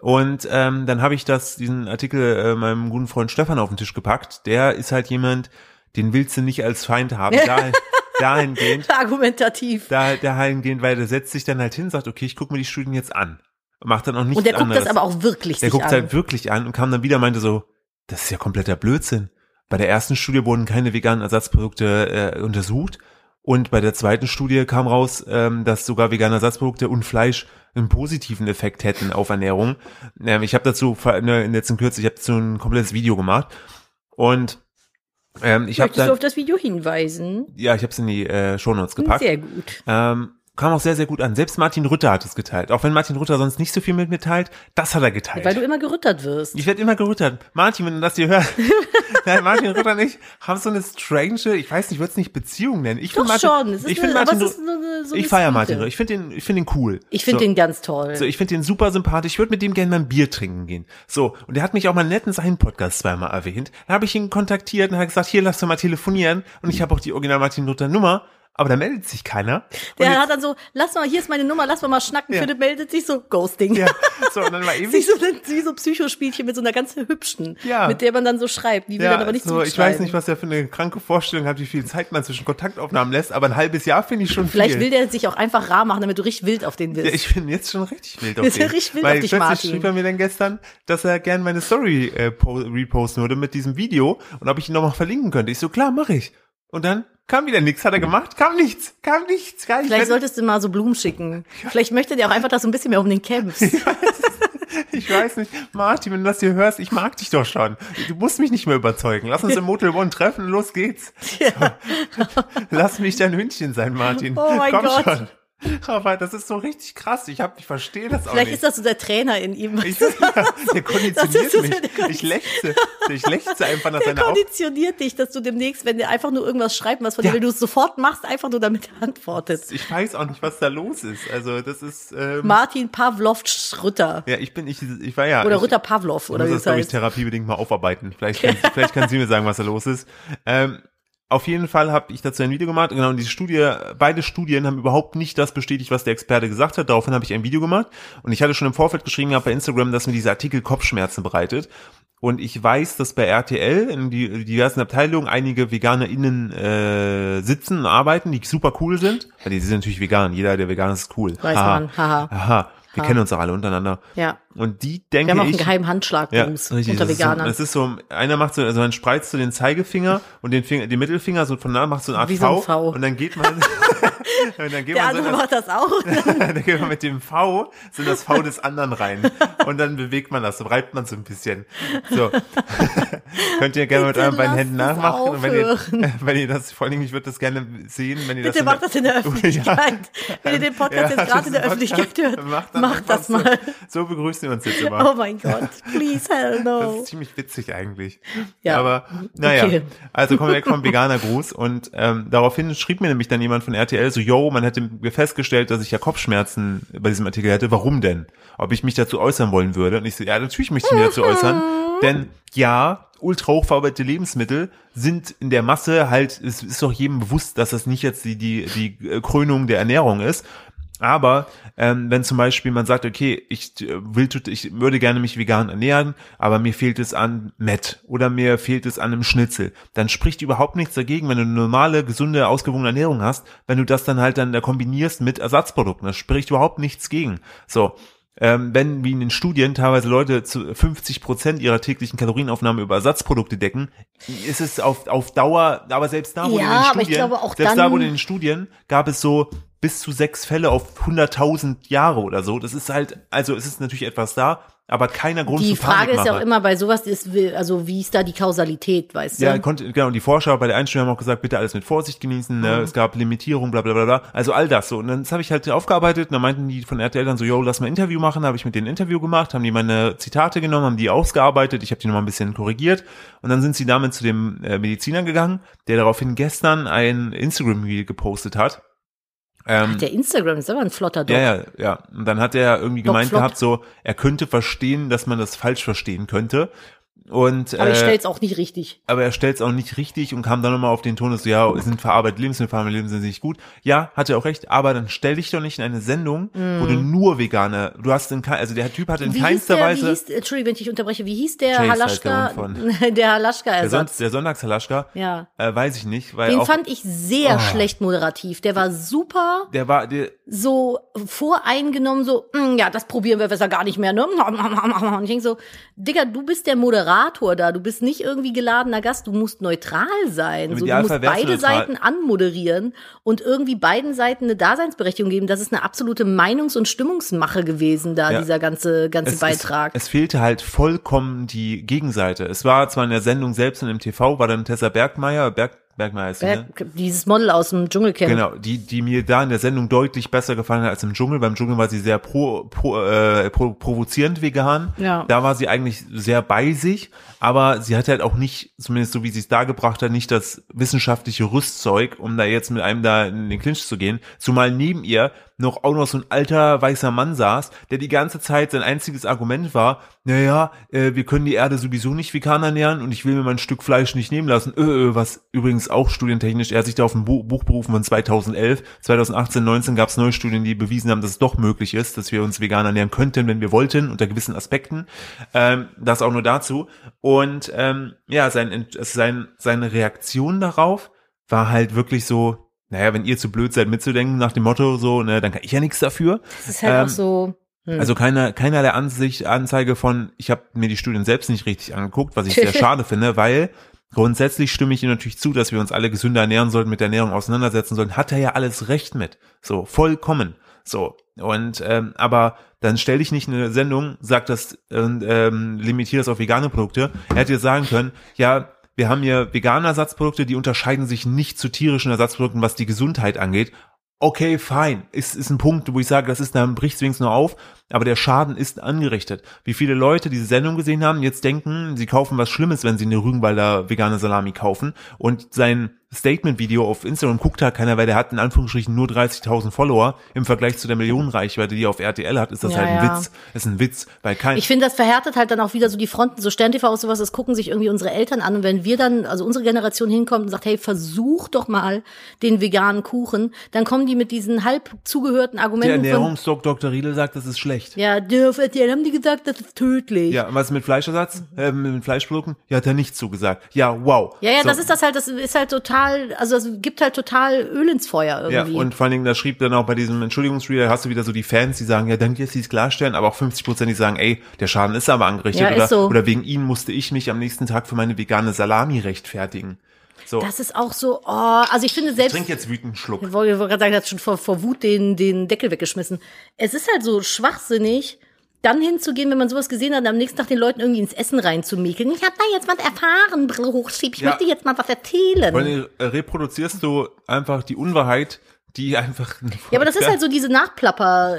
Speaker 1: Und ähm, dann habe ich das, diesen Artikel äh, meinem guten Freund Stefan auf den Tisch gepackt. Der ist halt jemand, den willst du nicht als Feind haben. Daher, dahingehend,
Speaker 2: Argumentativ.
Speaker 1: da, dahingehend, weil der setzt sich dann halt hin, sagt, okay, ich gucke mir die Studien jetzt an. Und macht dann auch nichts
Speaker 2: und der guckt
Speaker 1: anderes.
Speaker 2: das aber auch wirklich
Speaker 1: Der
Speaker 2: sich
Speaker 1: guckt
Speaker 2: an.
Speaker 1: halt wirklich an und kam dann wieder und meinte so, das ist ja kompletter Blödsinn. Bei der ersten Studie wurden keine veganen Ersatzprodukte äh, untersucht und bei der zweiten Studie kam raus, ähm, dass sogar vegane Ersatzprodukte und Fleisch einen positiven Effekt hätten auf Ernährung. Ähm, ich habe dazu ver- ne, in letzten Kürze, ich habe dazu ein komplettes Video gemacht und ähm, ich habe
Speaker 2: Möchtest du
Speaker 1: dann,
Speaker 2: auf das Video hinweisen?
Speaker 1: ja, ich habe es in die äh, Shownotes gepackt.
Speaker 2: Sehr gut.
Speaker 1: Ähm, kam auch sehr, sehr gut an. Selbst Martin Rütter hat es geteilt. Auch wenn Martin Rütter sonst nicht so viel mit mir teilt, das hat er geteilt.
Speaker 2: Weil du immer gerüttert wirst.
Speaker 1: Ich werde immer gerüttert. Martin, wenn du das hier hörst. Nein, Martin Rütter und ich haben so eine strange, ich weiß nicht, ich würde es nicht Beziehung nennen. Ich
Speaker 2: Doch
Speaker 1: finde Martin,
Speaker 2: schon. Es ist
Speaker 1: ich finde
Speaker 2: eine- aber
Speaker 1: Martin,
Speaker 2: es ist eine- eine- so
Speaker 1: ich
Speaker 2: eine
Speaker 1: feiere
Speaker 2: Sweete.
Speaker 1: Martin Rütter. Ich finde den, ich finde den cool.
Speaker 2: Ich finde
Speaker 1: so.
Speaker 2: den ganz toll.
Speaker 1: So, ich finde den super sympathisch. Ich würde mit dem gerne mal ein Bier trinken gehen. So, und er hat mich auch mal nett in seinen Podcast zweimal erwähnt. Dann habe ich ihn kontaktiert und hat gesagt, hier lass doch mal telefonieren. Und ich habe auch die Original Martin Rütter Nummer, aber da meldet sich keiner. Und
Speaker 2: der
Speaker 1: jetzt-
Speaker 2: hat dann so, lass mal, hier ist meine Nummer, lass mal mal schnacken.
Speaker 1: Ja.
Speaker 2: Philipp meldet sich so, Ghosting.
Speaker 1: ja, so, und dann war
Speaker 2: Sie
Speaker 1: ewig
Speaker 2: so, sie so Psychospielchen mit so einer ganz hübschen,
Speaker 1: Ja.
Speaker 2: mit der man dann so schreibt. Die will dann aber nicht
Speaker 1: so, ich weiß
Speaker 2: zurückschreiben.
Speaker 1: nicht, was er für eine kranke Vorstellung hat, wie viel Zeit man zwischen Kontaktaufnahmen lässt, aber ein halbes Jahr finde ich schon
Speaker 2: Vielleicht
Speaker 1: viel.
Speaker 2: will der sich auch einfach rar machen, damit du richtig wild auf den bist.
Speaker 1: ja, ich bin jetzt schon richtig wild auf
Speaker 2: Jetzt
Speaker 1: den.
Speaker 2: richtig wild
Speaker 1: weil
Speaker 2: auf dich,
Speaker 1: plötzlich
Speaker 2: Martin.
Speaker 1: schrieb er mir dann gestern, dass er gern meine Story äh, po- reposten würde mit diesem Video und ob ich ihn nochmal verlinken könnte. Ich so, klar, mache ich. Und dann kam wieder nichts, hat er gemacht, kam nichts, kam nichts. Gar nicht.
Speaker 2: Vielleicht
Speaker 1: ich, werd-
Speaker 2: solltest du mal so Blumen schicken. Vielleicht möchte der auch einfach, dass du ein bisschen mehr um den kämpfst.
Speaker 1: ich weiß nicht, Martin, wenn du das hier hörst, ich mag dich doch schon. Du musst mich nicht mehr überzeugen. Lass uns im Motel One treffen, los geht's. Lass mich dein Hündchen sein, Martin.
Speaker 2: Oh mein
Speaker 1: Komm
Speaker 2: Gott.
Speaker 1: Schon. Aber das ist so richtig krass. Ich, hab, ich verstehe das auch
Speaker 2: Vielleicht
Speaker 1: nicht.
Speaker 2: ist das so der Trainer in ihm.
Speaker 1: ich, der konditioniert
Speaker 2: das ist-
Speaker 1: mich. Ich lächze. Ich lächze einfach nach
Speaker 2: Der
Speaker 1: seiner Aufgabe.
Speaker 2: konditioniert dich, dass du demnächst, wenn der einfach nur irgendwas schreibt, was von dir,
Speaker 1: Ja.
Speaker 2: will, du es sofort machst, einfach nur damit er antwortet.
Speaker 1: Ich weiß auch nicht, was da los ist. Also das ist. Ähm,
Speaker 2: Martin Pavlov Rütter.
Speaker 1: ja, ich bin, ich, ich war ja.
Speaker 2: Oder
Speaker 1: ich,
Speaker 2: Rütter Pavlov, oder
Speaker 1: Ich
Speaker 2: wie
Speaker 1: muss das,
Speaker 2: es
Speaker 1: glaube ich,
Speaker 2: heißt.
Speaker 1: therapiebedingt mal aufarbeiten. Vielleicht kann, vielleicht kann sie mir sagen, was da los ist. Ähm, auf jeden Fall habe ich dazu ein Video gemacht. Genau, und diese Studie, beide Studien haben überhaupt nicht das bestätigt, was der Experte gesagt hat. Daraufhin habe ich ein Video gemacht. Und ich hatte schon im Vorfeld geschrieben gehabt bei Instagram, dass mir dieser Artikel Kopfschmerzen bereitet. Und ich weiß, dass bei RTL in die die diversen Abteilungen einige VeganerInnen äh, sitzen und arbeiten, die super cool sind. Weil die sind natürlich vegan. Jeder, der vegan ist, ist cool.
Speaker 2: Weiß
Speaker 1: Haha.
Speaker 2: man. Haha.
Speaker 1: Aha. Wir kennen uns auch alle untereinander.
Speaker 2: Ja.
Speaker 1: Und die
Speaker 2: Wir
Speaker 1: denke
Speaker 2: haben auch einen
Speaker 1: ich,
Speaker 2: geheimen Handschlagbruchs unter
Speaker 1: das ist so-
Speaker 2: Veganern.
Speaker 1: Das ist so, einer macht so, also dann spreizt du den Zeigefinger und den Finger, den Mittelfinger so von da macht so eine Art
Speaker 2: Wie so
Speaker 1: v,
Speaker 2: ein V.
Speaker 1: und dann geht man, und dann geht
Speaker 2: der
Speaker 1: man, so
Speaker 2: andere
Speaker 1: in das,
Speaker 2: macht das auch.
Speaker 1: dann geht man mit dem V so in das V des anderen rein und dann bewegt man das, so reibt man so ein bisschen. So. Könnt ihr gerne
Speaker 2: Bitte
Speaker 1: mit euren beiden
Speaker 2: lasst
Speaker 1: Händen
Speaker 2: es
Speaker 1: nachmachen und wenn ihr,
Speaker 2: aufhören.
Speaker 1: wenn ihr das, vor allen Dingen, ich würde das gerne sehen, wenn ihr
Speaker 2: Bitte
Speaker 1: das.
Speaker 2: macht das in der Öffentlichkeit. Wenn ihr den Podcast jetzt gerade in der
Speaker 1: diesen Podcast,
Speaker 2: Öffentlichkeit hört, macht,
Speaker 1: dann einfach
Speaker 2: das mal.
Speaker 1: So, so begrüßen wir uns jetzt immer.
Speaker 2: Oh mein Gott, please, hell
Speaker 1: Das
Speaker 2: no.
Speaker 1: ist ziemlich witzig eigentlich.
Speaker 2: Genau. Ja.
Speaker 1: Ja. Aber naja,
Speaker 2: Okay.
Speaker 1: also kommen wir weg vom Veganergruß. Und ähm, daraufhin schrieb mir nämlich dann jemand von RTL so, yo, man hätte mir festgestellt, dass ich ja Kopfschmerzen bei diesem Artikel hätte. Warum denn? Ob ich mich dazu äußern wollen würde? Und ich so, ja, natürlich möchte ich mich dazu äußern. Denn ja, ultra hochverarbeitete Lebensmittel sind in der Masse halt, es ist doch jedem bewusst, dass das nicht jetzt die, die, die äh, Krönung der Ernährung ist. Aber ähm, wenn zum Beispiel man sagt, okay, ich äh, will, tut- ich würde gerne mich vegan ernähren, aber mir fehlt es an Met oder mir fehlt es an einem Schnitzel, dann spricht überhaupt nichts dagegen, wenn du eine normale, gesunde, ausgewogene Ernährung hast, wenn du das dann halt dann da kombinierst mit Ersatzprodukten. Das spricht überhaupt nichts gegen. So. Ähm, wenn, wie in den Studien, teilweise Leute zu 50 Prozent ihrer täglichen Kalorienaufnahme über Ersatzprodukte decken, ist es auf, auf Dauer, aber selbst da, wo
Speaker 2: Ja,
Speaker 1: in den
Speaker 2: aber ich
Speaker 1: Studien,
Speaker 2: glaube auch
Speaker 1: selbst da, wo
Speaker 2: dann-
Speaker 1: in den Studien gab es so bis zu sechs Fälle auf 100.000 Jahre oder so. Das ist halt, also es ist natürlich etwas da, aber keiner Grund
Speaker 2: Die
Speaker 1: zu
Speaker 2: Frage ist ja auch
Speaker 1: Panikmache.
Speaker 2: immer bei sowas, ist, will- also wie ist da die Kausalität, weißt du?
Speaker 1: Ja, konnte, genau, und die Forscher bei der Einstellung haben auch gesagt, bitte alles mit Vorsicht genießen,
Speaker 2: Mhm.
Speaker 1: ne? es gab Limitierung, bla bla bla bla. Also all das so. Und dann das habe ich halt aufgearbeitet und dann meinten die von RTL dann so, yo, lass mal ein Interview machen, habe ich mit denen ein Interview gemacht, haben die meine Zitate genommen, haben die ausgearbeitet, ich habe die nochmal ein bisschen korrigiert und dann sind sie damit zu dem äh, Mediziner gegangen, der daraufhin gestern ein Instagram-Video gepostet hat. Ähm,
Speaker 2: Der Instagram ist aber ein flotter Dog.
Speaker 1: Ja, ja, ja. Und dann hat er irgendwie gemeint
Speaker 2: flott.
Speaker 1: gehabt, so, er könnte verstehen, dass man das falsch verstehen könnte. Und,
Speaker 2: Aber ich
Speaker 1: äh,
Speaker 2: stell's auch nicht richtig.
Speaker 1: aber er stellt es auch nicht richtig und kam dann nochmal auf den Ton, dass so, ja, es sind verarbeitet Lebensmittel, verarbeitete Lebensmittel sind nicht gut. Ja, hat er auch recht, aber dann stell dich doch nicht in eine Sendung, wo du nur Veganer, du hast in kein, also der Typ hat in
Speaker 2: Mm. Wie hieß
Speaker 1: keinster
Speaker 2: der, wie
Speaker 1: Weise,
Speaker 2: hieß, Entschuldigung, wenn ich dich unterbreche, wie hieß der
Speaker 1: Chase heißt der
Speaker 2: Halaschka,
Speaker 1: Hund
Speaker 2: der
Speaker 1: der,
Speaker 2: Halaschka-Ersatz?
Speaker 1: Sonst, der Sonntagshalaschka,
Speaker 2: Ja.
Speaker 1: äh, weiß ich nicht, weil
Speaker 2: Den
Speaker 1: auch,
Speaker 2: fand ich sehr
Speaker 1: Oh.
Speaker 2: schlecht moderativ. Der war super
Speaker 1: der war, der,
Speaker 2: so voreingenommen, so, "Mm, ja, das probieren wir besser gar nicht mehr, ne? Und ich denk so, Digga, du bist der Moderator da, du bist nicht irgendwie geladener Gast, du musst neutral sein.
Speaker 1: Im
Speaker 2: So, du musst
Speaker 1: Idealfall wärst du
Speaker 2: beide
Speaker 1: neutral.
Speaker 2: Seiten anmoderieren und irgendwie beiden Seiten eine Daseinsberechtigung geben. Das ist eine absolute Meinungs- und Stimmungsmache gewesen da,
Speaker 1: Ja.
Speaker 2: dieser ganze, ganze Beitrag.
Speaker 1: Es, es fehlte halt vollkommen die Gegenseite. Es war zwar in der Sendung selbst und im TV, war dann Tessa Bergmeier, Berg, Bergmeier ist sie, ne?
Speaker 2: Wer- Äh, Dieses Model aus dem Dschungelcamp.
Speaker 1: Genau, die, die mir da in der Sendung deutlich besser gefallen hat als im Dschungel. Beim Dschungel war sie sehr pro, pro, äh, pro, provozierend vegan.
Speaker 2: Ja.
Speaker 1: Da war sie eigentlich sehr bei sich, aber sie hatte halt auch nicht, zumindest so wie sie es dargebracht hat, nicht das wissenschaftliche Rüstzeug, um da jetzt mit einem da in den Clinch zu gehen. Zumal neben ihr noch auch noch so ein alter weißer Mann saß, der die ganze Zeit sein einziges Argument war, naja, äh, wir können die Erde sowieso nicht vegan ernähren und ich will mir mein Stück Fleisch nicht nehmen lassen. Ö, ö, was übrigens auch studientechnisch, er hat sich da auf ein Bu Buch berufen von 2011. 2018, 19 gab es neue Studien, die bewiesen haben, dass es doch möglich ist, dass wir uns vegan ernähren könnten, wenn wir wollten, unter gewissen Aspekten. Ähm, das auch nur dazu. Und ähm, ja, sein, Ent- sein, seine Reaktion darauf war halt wirklich so, naja, wenn ihr zu blöd seid mitzudenken, nach dem Motto so, ne, dann kann ich ja nichts dafür.
Speaker 2: Das ist halt
Speaker 1: Ähm,
Speaker 2: auch so. Hm.
Speaker 1: Also keine, keinerlei Ansicht, Anzeige von, ich habe mir die Studien selbst nicht richtig angeguckt, was ich sehr schade finde, weil grundsätzlich stimme ich Ihnen natürlich zu, dass wir uns alle gesünder ernähren sollten, mit der Ernährung auseinandersetzen sollten. Hat er ja alles recht mit. So, vollkommen. So. Und ähm, aber dann stell dich nicht in eine Sendung, sag das und ähm, limitier das auf vegane Produkte. Er hätte jetzt sagen können, ja, wir haben hier vegane Ersatzprodukte, die unterscheiden sich nicht zu tierischen Ersatzprodukten, was die Gesundheit angeht. Okay, fein. Ist, ist ein Punkt, wo ich sage, das ist, dann bricht wenigstens nur auf, aber der Schaden ist angerichtet. Wie viele Leute diese Sendung gesehen haben, jetzt denken, sie kaufen was Schlimmes, wenn sie eine Rügenwalder vegane Salami kaufen und sein Statement-Video auf Instagram guckt da keiner, weil der hat in Anführungsstrichen nur 30.000 Follower. Im Vergleich zu der Millionenreichweite, die er auf RTL hat, ist das
Speaker 2: Ja,
Speaker 1: halt ein
Speaker 2: ja.
Speaker 1: Witz. Ist ein Witz, weil kein,
Speaker 2: Ich finde, das verhärtet halt dann auch wieder so die Fronten. So Stern TV und sowas, das gucken sich irgendwie unsere Eltern an. Und wenn wir dann, also unsere Generation hinkommt und sagt, hey, versuch doch mal den veganen Kuchen, dann kommen die mit diesen halb zugehörten
Speaker 1: der
Speaker 2: Argumenten von,
Speaker 1: Ernährungsdoc Dr. Riedel sagt, das ist schlecht.
Speaker 2: ja, die auf RTL haben die gesagt, das ist tödlich.
Speaker 1: Ja, und was mit Fleischersatz? Äh, mit Fleischprodukten? Ja, hat er nicht zugesagt. Ja, wow.
Speaker 2: Mhm. Ja, ja,
Speaker 1: So.
Speaker 2: das ist das halt, das ist halt total, also es gibt halt total Öl ins Feuer
Speaker 1: Ja,
Speaker 2: irgendwie.
Speaker 1: und vor allen Dingen, da schrieb dann auch bei diesem Entschuldigungsreader, hast du wieder so die Fans, die sagen, ja, danke, dass sie es klarstellen, aber auch 50 Prozent, die sagen, ey, der Schaden ist aber angerichtet
Speaker 2: Ja, ist
Speaker 1: oder,
Speaker 2: so.
Speaker 1: oder wegen ihnen musste ich mich am nächsten Tag für meine vegane Salami rechtfertigen. So,
Speaker 2: das ist auch so, oh, also ich finde selbst,
Speaker 1: trink jetzt wütend einen Schluck.
Speaker 2: Ich wollte ich wollte gerade sagen, er hat schon vor, vor Wut den, den Deckel weggeschmissen. Es ist halt so schwachsinnig, dann hinzugehen, wenn man sowas gesehen hat, und am nächsten Tag den Leuten irgendwie ins Essen reinzumäkeln. Ich habe da jetzt was erfahren, Brille hochschieb. Ich
Speaker 1: Ja.
Speaker 2: möchte jetzt mal was
Speaker 1: Vor
Speaker 2: erzählen.
Speaker 1: allen Dingen, äh, reproduzierst du einfach die Unwahrheit, die einfach...
Speaker 2: Ja, aber das ist halt so diese Nachplapper-Mentalität,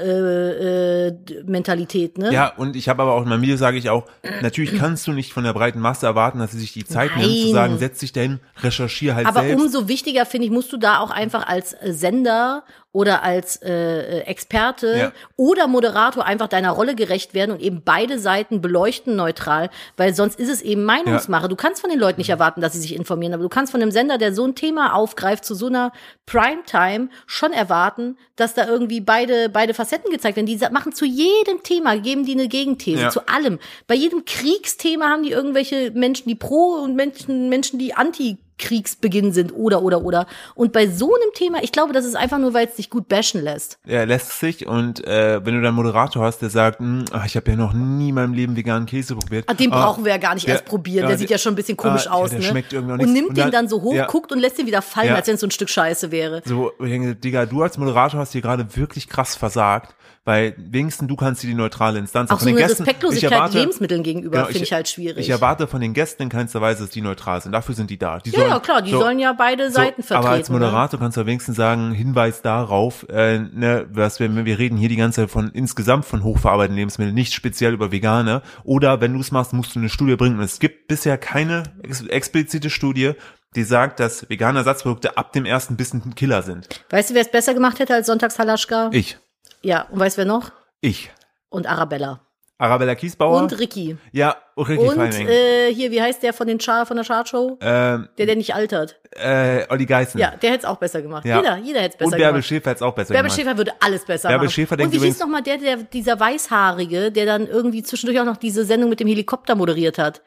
Speaker 2: äh, Mentalität, ne?
Speaker 1: Ja, und ich habe aber auch in meinem Video sage ich auch, natürlich kannst du nicht von der breiten Masse erwarten, dass sie sich die Zeit nimmt, zu
Speaker 2: Nein.
Speaker 1: sagen, setz dich dahin, recherchier halt
Speaker 2: Aber
Speaker 1: selbst.
Speaker 2: umso wichtiger, finde ich, musst du da auch einfach als äh, Sender oder als äh, äh, Experte
Speaker 1: Ja.
Speaker 2: oder Moderator einfach deiner Rolle gerecht werden und eben beide Seiten beleuchten neutral, weil sonst ist es eben Meinungsmache. Du kannst von den Leuten
Speaker 1: Mhm.
Speaker 2: nicht erwarten, dass sie sich informieren, aber du kannst von einem Sender, der so ein Thema aufgreift, zu so einer Primetime schon erwarten, dass da irgendwie beide, beide Facetten gezeigt werden. Die sa- machen zu jedem Thema, geben die eine Gegenthese,
Speaker 1: Ja.
Speaker 2: zu allem. Bei jedem Kriegsthema haben die irgendwelche Menschen, die pro und Menschen, Menschen, die anti Kriegsbeginn sind oder oder oder. Und bei so einem Thema, ich glaube, das ist einfach nur, weil es dich gut bashen lässt.
Speaker 1: Er lässt sich und äh, wenn du dann einen Moderator hast, der sagt, "Hm, ah, ich habe ja noch nie in meinem Leben veganen Käse probiert.
Speaker 2: Ah, Den
Speaker 1: Ah,
Speaker 2: brauchen wir ja gar nicht
Speaker 1: der-
Speaker 2: erst probieren.
Speaker 1: ja,
Speaker 2: der sieht
Speaker 1: der-
Speaker 2: ja schon ein bisschen komisch
Speaker 1: ah, ja,
Speaker 2: aus.
Speaker 1: der
Speaker 2: ne?
Speaker 1: schmeckt irgendwie auch
Speaker 2: und
Speaker 1: nichts.
Speaker 2: nimmt
Speaker 1: Und
Speaker 2: den
Speaker 1: dann-
Speaker 2: dann so hoch,
Speaker 1: ja.
Speaker 2: guckt und lässt den wieder fallen,
Speaker 1: Ja.
Speaker 2: als wenn es so ein Stück Scheiße wäre.
Speaker 1: So, ich denke, Digga, du als Moderator hast hier gerade wirklich krass versagt, weil wenigstens du kannst dir die neutrale Instanz.
Speaker 2: Auch so
Speaker 1: Von den
Speaker 2: eine
Speaker 1: Gästen-
Speaker 2: Respektlosigkeit
Speaker 1: ich erwarte-
Speaker 2: Lebensmitteln gegenüber
Speaker 1: Genau,
Speaker 2: finde ich halt schwierig.
Speaker 1: Ich erwarte von den Gästen in keinster Weise, dass die neutral sind. Dafür sind die da. Die
Speaker 2: ja,
Speaker 1: sollen,
Speaker 2: ja, klar, die
Speaker 1: so,
Speaker 2: sollen ja beide Seiten vertreten.
Speaker 1: Aber als
Speaker 2: ne?
Speaker 1: Moderator kannst du wenigstens sagen, Hinweis darauf, äh, ne, was wir, wir reden hier die ganze Zeit von insgesamt von hochverarbeiteten Lebensmitteln, nicht speziell über vegane. Oder wenn du es machst, musst du eine Studie bringen. Und es gibt bisher keine ex explizite Studie, die sagt, dass vegane Ersatzprodukte ab dem ersten Bissen ein Killer sind.
Speaker 2: Weißt du, wer es besser gemacht hätte als Sonntags Halaschka?
Speaker 1: Ich.
Speaker 2: Ja, und weißt du, wer noch?
Speaker 1: Ich.
Speaker 2: Und Arabella.
Speaker 1: Arabella Kiesbauer.
Speaker 2: Und Ricky.
Speaker 1: ja, oh, Ricky
Speaker 2: Und
Speaker 1: Feining.
Speaker 2: äh, hier, wie heißt der von, den Char, von der Chartshow?
Speaker 1: ähm,
Speaker 2: Der, der nicht altert.
Speaker 1: äh, Olli Geißen.
Speaker 2: Ja, der hätte es auch besser gemacht.
Speaker 1: Ja.
Speaker 2: Jeder, jeder hätte es
Speaker 1: Und
Speaker 2: besser
Speaker 1: Bärbel
Speaker 2: gemacht.
Speaker 1: Schäfer hat's auch besser
Speaker 2: Bärbel
Speaker 1: gemacht.
Speaker 2: Schäfer würde alles besser
Speaker 1: Bärbel
Speaker 2: machen.
Speaker 1: Schäfer
Speaker 2: Und
Speaker 1: denkt
Speaker 2: wie hieß
Speaker 1: übrigens-
Speaker 2: nochmal der, der, dieser Weißhaarige, der dann irgendwie zwischendurch auch noch diese Sendung mit dem Helikopter moderiert hat?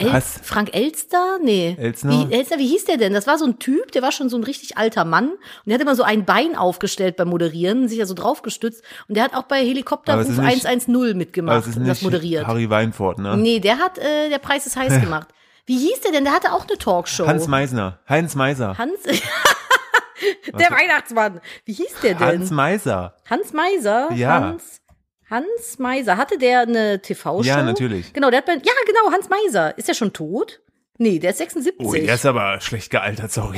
Speaker 2: El
Speaker 1: Was?
Speaker 2: Frank Elster? Nee.
Speaker 1: Elstner?
Speaker 2: Wie, Elstner, wie hieß der denn? Das war so ein Typ, der war schon so ein richtig alter Mann und der hat immer so ein Bein aufgestellt beim Moderieren, sich ja so draufgestützt und der hat auch bei
Speaker 1: Aber es
Speaker 2: Helikopterruf
Speaker 1: ist nicht-
Speaker 2: 110
Speaker 1: Aber Also, es
Speaker 2: mitgemacht
Speaker 1: ist
Speaker 2: und das
Speaker 1: nicht
Speaker 2: moderiert.
Speaker 1: Harry Weinfurt, ne?
Speaker 2: Nee, der hat, äh, der Preis ist heiß gemacht. Wie hieß der denn? Der hatte auch eine Talkshow.
Speaker 1: Hans Meisner. Heinz Meiser.
Speaker 2: Hans? der Weihnachtsmann. Wie hieß der denn?
Speaker 1: Hans Meiser.
Speaker 2: Hans Meiser?
Speaker 1: Ja.
Speaker 2: Hans, Hans Meiser. Hatte der eine TV-Show?
Speaker 1: Ja, natürlich.
Speaker 2: Genau, der hat bei, ja, genau, Hans Meiser. Ist der schon tot? Nee, der ist 76.
Speaker 1: Oh, der ist aber schlecht gealtert, sorry.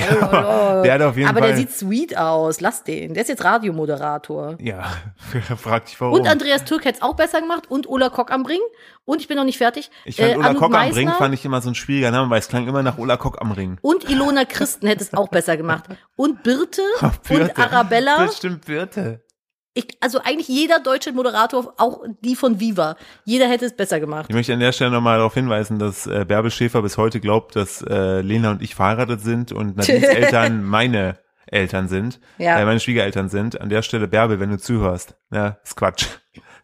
Speaker 2: Oh,
Speaker 1: der hat auf jeden
Speaker 2: Aber
Speaker 1: Fall.
Speaker 2: der sieht sweet aus. Lass den. Der ist jetzt Radiomoderator.
Speaker 1: ja, frag dich warum.
Speaker 2: Und Andreas Türk hätte es auch besser gemacht und Ola Kock am Ring. Und ich bin noch nicht fertig.
Speaker 1: ich fand Ulla
Speaker 2: Anouk
Speaker 1: Kock am Ring
Speaker 2: äh, Meissner
Speaker 1: fand ich immer so ein schwieriger Name, weil es klang immer nach Ulla Kock am Ring.
Speaker 2: Und Ilona Christen hätte es auch besser gemacht. Und Birte
Speaker 1: Birte.
Speaker 2: und Arabella.
Speaker 1: Das stimmt, Birte.
Speaker 2: Ich, also eigentlich jeder deutsche Moderator, auch die von Viva, jeder hätte es besser gemacht.
Speaker 1: Ich möchte an der Stelle nochmal darauf hinweisen, dass äh, Bärbel Schäfer bis heute glaubt, dass äh, Lena und ich verheiratet sind und Nadines Eltern meine Eltern sind,
Speaker 2: Ja.
Speaker 1: äh, meine Schwiegereltern sind. An der Stelle, Bärbel, wenn du zuhörst, na, ist Quatsch.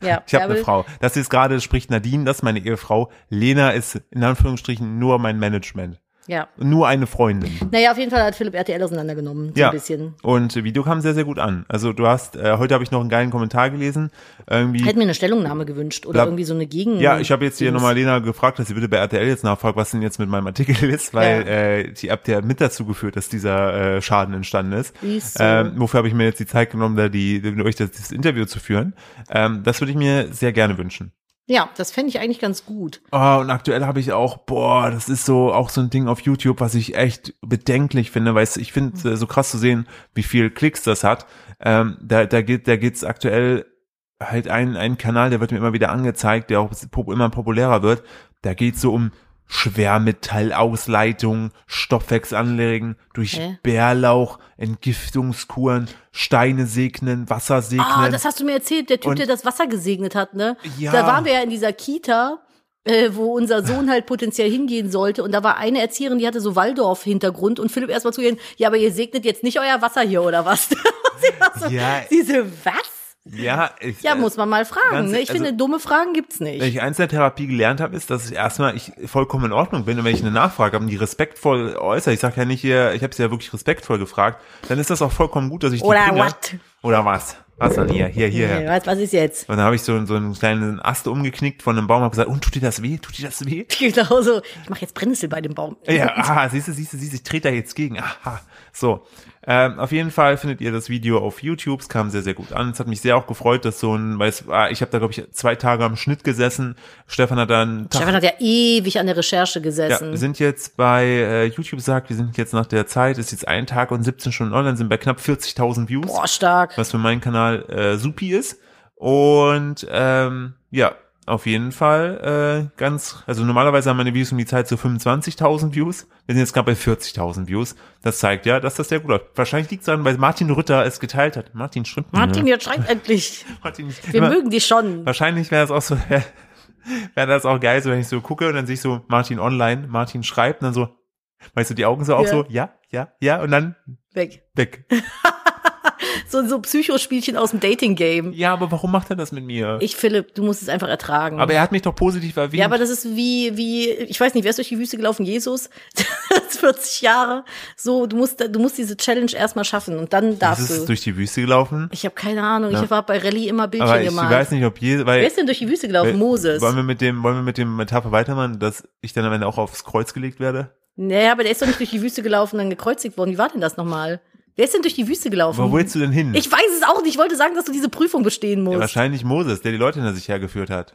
Speaker 2: Ja,
Speaker 1: Ich habe eine
Speaker 2: Bärbel-
Speaker 1: Frau. Das ist gerade, spricht Nadine, das ist meine Ehefrau. Lena ist in Anführungsstrichen nur mein Management.
Speaker 2: Ja.
Speaker 1: Nur eine Freundin.
Speaker 2: Naja, auf jeden Fall hat Philipp RTL auseinandergenommen. So
Speaker 1: Ja.
Speaker 2: ein bisschen.
Speaker 1: Und äh, Video kam sehr, sehr gut an. Also du hast, äh, heute habe ich noch einen geilen Kommentar gelesen. Irgendwie,
Speaker 2: Hätte mir eine Stellungnahme gewünscht oder
Speaker 1: Blab-
Speaker 2: irgendwie so eine Gegen.
Speaker 1: Ja, ich habe jetzt hier
Speaker 2: Dings.
Speaker 1: nochmal Lena gefragt, dass sie bitte bei RTL jetzt nachfragt, was denn jetzt mit meinem Artikel ist, weil
Speaker 2: Ja.
Speaker 1: äh, die habt ihr mit dazu geführt, dass dieser äh, Schaden entstanden ist.
Speaker 2: Ist so.
Speaker 1: Ähm, wofür habe ich mir jetzt die Zeit genommen, da die, mit euch das, dieses Interview zu führen. Ähm, das würde ich mir sehr gerne wünschen.
Speaker 2: Ja, das fände ich eigentlich ganz gut.
Speaker 1: Oh, und aktuell habe ich auch, boah, das ist so auch so ein Ding auf YouTube, was ich echt bedenklich finde, weil es- ich finde äh, so krass zu sehen, wie viel Klicks das hat. Ähm, da da geht da geht's aktuell halt ein ein Kanal, der wird mir immer wieder angezeigt, der auch pop- immer populärer wird. Da geht's so um Schwermetallausleitung, Stoffwechselanlegen durch
Speaker 2: Hä?
Speaker 1: Bärlauch, Entgiftungskuren, Steine segnen, Wasser segnen.
Speaker 2: Ah, das hast du mir erzählt, der Typ,
Speaker 1: Und-
Speaker 2: der das Wasser gesegnet hat, ne?
Speaker 1: Ja.
Speaker 2: Da waren wir ja in dieser Kita, äh, wo unser Sohn halt potenziell hingehen sollte. Und da war eine Erzieherin, die hatte so Waldorf-Hintergrund und Philipp erstmal zu ihr, ja, aber ihr segnet jetzt nicht euer Wasser hier oder was? Und sie war so,
Speaker 1: Ja.
Speaker 2: diese, was?
Speaker 1: ja, ich,
Speaker 2: Ja,
Speaker 1: äh,
Speaker 2: muss man mal fragen.
Speaker 1: ganz-
Speaker 2: Ne? Ich
Speaker 1: also-
Speaker 2: finde, dumme Fragen gibt's nicht.
Speaker 1: Wenn ich eins in der Therapie gelernt habe, ist, dass ich erstmal ich vollkommen in Ordnung bin und wenn ich eine Nachfrage habe und die respektvoll äußere, ich sage ja nicht hier, ich habe sie ja wirklich respektvoll gefragt, dann ist das auch vollkommen gut, dass ich die
Speaker 2: Oder
Speaker 1: Kinder,
Speaker 2: what?
Speaker 1: Oder was? Was dann hier, hier, hier.
Speaker 2: Nee, was, was ist jetzt?
Speaker 1: Und dann habe ich so, so einen kleinen Ast umgeknickt von einem Baum, habe gesagt, und tut dir das weh? Tut dir das weh?
Speaker 2: Genau so. Ich mache jetzt Brennnessel bei dem Baum.
Speaker 1: Ja, aha, siehst du, siehst du, siehst du, ich trete da jetzt gegen. Aha. So. Ähm, auf jeden Fall findet ihr das Video auf YouTube. Es kam sehr, sehr gut an. Es hat mich sehr auch gefreut, dass so ein, weil es war, ich habe da, glaube ich, zwei Tage am Schnitt gesessen. Stefan hat dann einen Tag
Speaker 2: Stefan hat ja ewig an der Recherche
Speaker 1: Ja,
Speaker 2: gesessen.
Speaker 1: wir sind jetzt bei äh, YouTube sagt, wir sind jetzt nach der Zeit, ist jetzt ein Tag und 17 Stunden online, sind bei knapp 40.000 Views,
Speaker 2: Boah, stark.
Speaker 1: was für meinen Kanal äh, supi ist. Und ähm, ja, auf jeden Fall äh, ganz, also normalerweise haben meine Views um die Zeit so 25.000 Views. Wir sind jetzt gerade bei 40.000 Views. Das zeigt ja, dass das sehr gut läuft. Wahrscheinlich liegt es daran, weil Martin Rütter es geteilt hat. Martin stimmt.
Speaker 2: Martin, jetzt schreibt endlich.
Speaker 1: Martin,
Speaker 2: Wir
Speaker 1: Mhm. immer-
Speaker 2: mögen dich schon.
Speaker 1: Wahrscheinlich wäre das auch so, wäre wär das auch geil, so wenn ich so gucke und dann sehe ich so Martin online, Martin schreibt und dann so, weißt du, die Augen so auf
Speaker 2: Ja.
Speaker 1: so, ja, ja, ja und dann
Speaker 2: Weg.
Speaker 1: weg.
Speaker 2: So, so Psychospielchen aus dem Dating-Game.
Speaker 1: Ja, aber warum macht er das mit mir?
Speaker 2: Ich, Philipp, du musst es einfach ertragen.
Speaker 1: aber er hat mich doch positiv erwähnt.
Speaker 2: ja, aber das ist wie, wie, ich weiß nicht, wer ist durch die Wüste gelaufen? Jesus? 40 Jahre. So, du musst, du musst diese Challenge erstmal schaffen und dann
Speaker 1: das
Speaker 2: darfst
Speaker 1: ist es
Speaker 2: du.
Speaker 1: durch die Wüste gelaufen.
Speaker 2: Ich habe keine Ahnung,
Speaker 1: Ja.
Speaker 2: ich habe bei Rallye immer Bildchen
Speaker 1: Aber ich
Speaker 2: gemalt.
Speaker 1: weiß nicht, ob je, weil
Speaker 2: wer ist denn durch die Wüste gelaufen?
Speaker 1: weil-
Speaker 2: Moses.
Speaker 1: Wollen wir mit dem, wollen wir mit dem Metapher weitermachen, dass ich dann am Ende auch aufs Kreuz gelegt werde?
Speaker 2: Naja, aber der ist doch nicht durch die Wüste gelaufen und dann gekreuzigt worden. Wie war denn das nochmal? Wer ist denn durch die Wüste gelaufen?
Speaker 1: Wo willst du denn hin?
Speaker 2: Mhm. Ich weiß es auch nicht. Ich wollte sagen, dass du diese Prüfung bestehen
Speaker 1: ja,
Speaker 2: musst.
Speaker 1: wahrscheinlich Moses, der die Leute hinter sich hergeführt hat.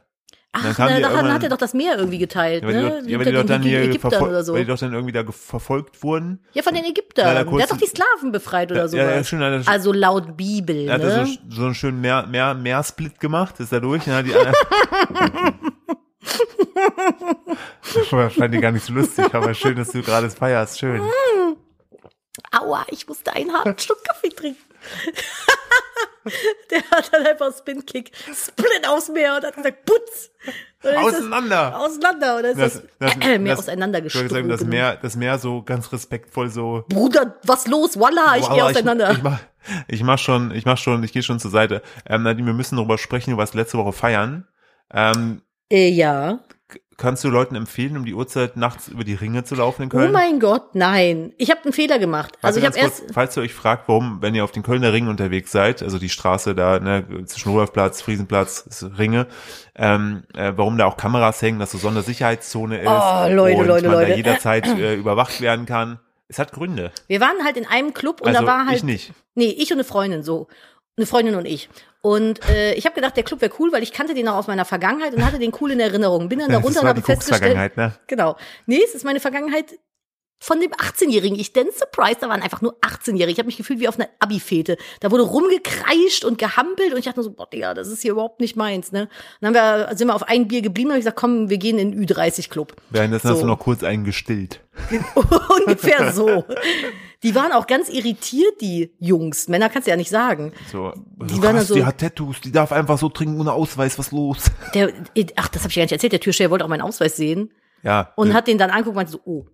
Speaker 1: dann kamen
Speaker 2: Ach, na,
Speaker 1: die
Speaker 2: dann
Speaker 1: irgendwann-
Speaker 2: hat er doch das Meer irgendwie geteilt,
Speaker 1: Ja, weil die,
Speaker 2: ne?
Speaker 1: doch-
Speaker 2: Wie
Speaker 1: ja, weil
Speaker 2: unter
Speaker 1: die doch
Speaker 2: den
Speaker 1: dann hier
Speaker 2: Ägyptern
Speaker 1: verfol-
Speaker 2: oder so.
Speaker 1: weil die doch dann irgendwie da ge- verfolgt wurden.
Speaker 2: Ja, von den Ägyptern.
Speaker 1: Ja, da kurz-
Speaker 2: der hat doch die Sklaven befreit oder
Speaker 1: Ja,
Speaker 2: sowas.
Speaker 1: ja, ja, schön, hat er-
Speaker 2: also laut Bibel,
Speaker 1: Er hat da
Speaker 2: ne?
Speaker 1: so, so einen schönen mehr, mehr, mehr Split gemacht, ist da durch. Und hat die anderen das fand ich gar nicht so lustig, aber schön, dass du gerade es feierst. Schön.
Speaker 2: Aua, ich musste einen harten Schluck Kaffee trinken. Der hat dann einfach Spin-Kick, Split aufs Meer und hat gesagt, putz! Und dann ist das
Speaker 1: Auseinander!
Speaker 2: Auseinander, oder ist das, äh, mehr genau.
Speaker 1: Ich wollte
Speaker 2: auseinandergestoßen?
Speaker 1: sagen, das Meer, das Meer so ganz respektvoll so.
Speaker 2: Bruder, was los? Walla, Ah, ich
Speaker 1: Wow,
Speaker 2: gehe auseinander.
Speaker 1: Ich, ich, mach, ich mach schon, ich mach schon, ich gehe schon zur Seite. Ähm, Nadine, wir müssen darüber sprechen, du warst letzte Woche feiern. Ähm,
Speaker 2: äh, ja.
Speaker 1: kannst du Leuten empfehlen, um die Uhrzeit nachts über die Ringe zu laufen in
Speaker 2: Oh
Speaker 1: Köln?
Speaker 2: mein Gott, nein. Ich habe einen Fehler gemacht.
Speaker 1: Warte
Speaker 2: Also ich habe
Speaker 1: ganz
Speaker 2: erst
Speaker 1: kurz, falls ihr euch fragt, warum, wenn ihr auf den Kölner Ring unterwegs seid, also die Straße da ne, zwischen Rudolfplatz, Friesenplatz, ist Ringe, ähm, äh, warum da auch Kameras hängen, dass so Sondersicherheitszone ist
Speaker 2: Oh, Leute,
Speaker 1: und
Speaker 2: Leute,
Speaker 1: man da
Speaker 2: Leute.
Speaker 1: jederzeit äh, überwacht werden kann. Es hat Gründe.
Speaker 2: Wir waren halt in einem Club und
Speaker 1: also
Speaker 2: da war halt.
Speaker 1: ich nicht.
Speaker 2: Nee, ich und eine Freundin so. Eine Freundin und ich. Und äh, ich habe gedacht, der Club wäre cool, weil ich kannte den auch aus meiner Vergangenheit und hatte den cool in Erinnerung. Bin dann da runter
Speaker 1: das
Speaker 2: und
Speaker 1: war halt
Speaker 2: habe
Speaker 1: die
Speaker 2: festgestellt.
Speaker 1: Koks-Vergangenheit, ne?
Speaker 2: Genau. Nee, es ist meine Vergangenheit von dem 18-Jährigen. Ich denn surprise, da waren einfach nur 18-Jährige. Ich habe mich gefühlt wie auf einer Abi-Fete. Da wurde rumgekreischt und gehampelt und ich dachte nur so, boah, Digga, das ist hier überhaupt nicht meins, ne? Dann haben wir, sind wir auf ein Bier geblieben und hab ich gesagt, komm, wir gehen in den Ü30-Club.
Speaker 1: Währenddessen
Speaker 2: So.
Speaker 1: hast du noch kurz einen gestillt.
Speaker 2: Ungefähr so. Die waren auch ganz irritiert, die Jungs. Männer kannst du ja nicht sagen.
Speaker 1: So, Also,
Speaker 2: Die waren also dann so-
Speaker 1: die hat Tattoos, die darf einfach so trinken ohne Ausweis, was los?
Speaker 2: Der, ach, das habe ich gar nicht erzählt. Der Türsteher wollte auch meinen Ausweis sehen
Speaker 1: Ja.
Speaker 2: und
Speaker 1: äh,
Speaker 2: hat den dann angeguckt und meinte so, oh.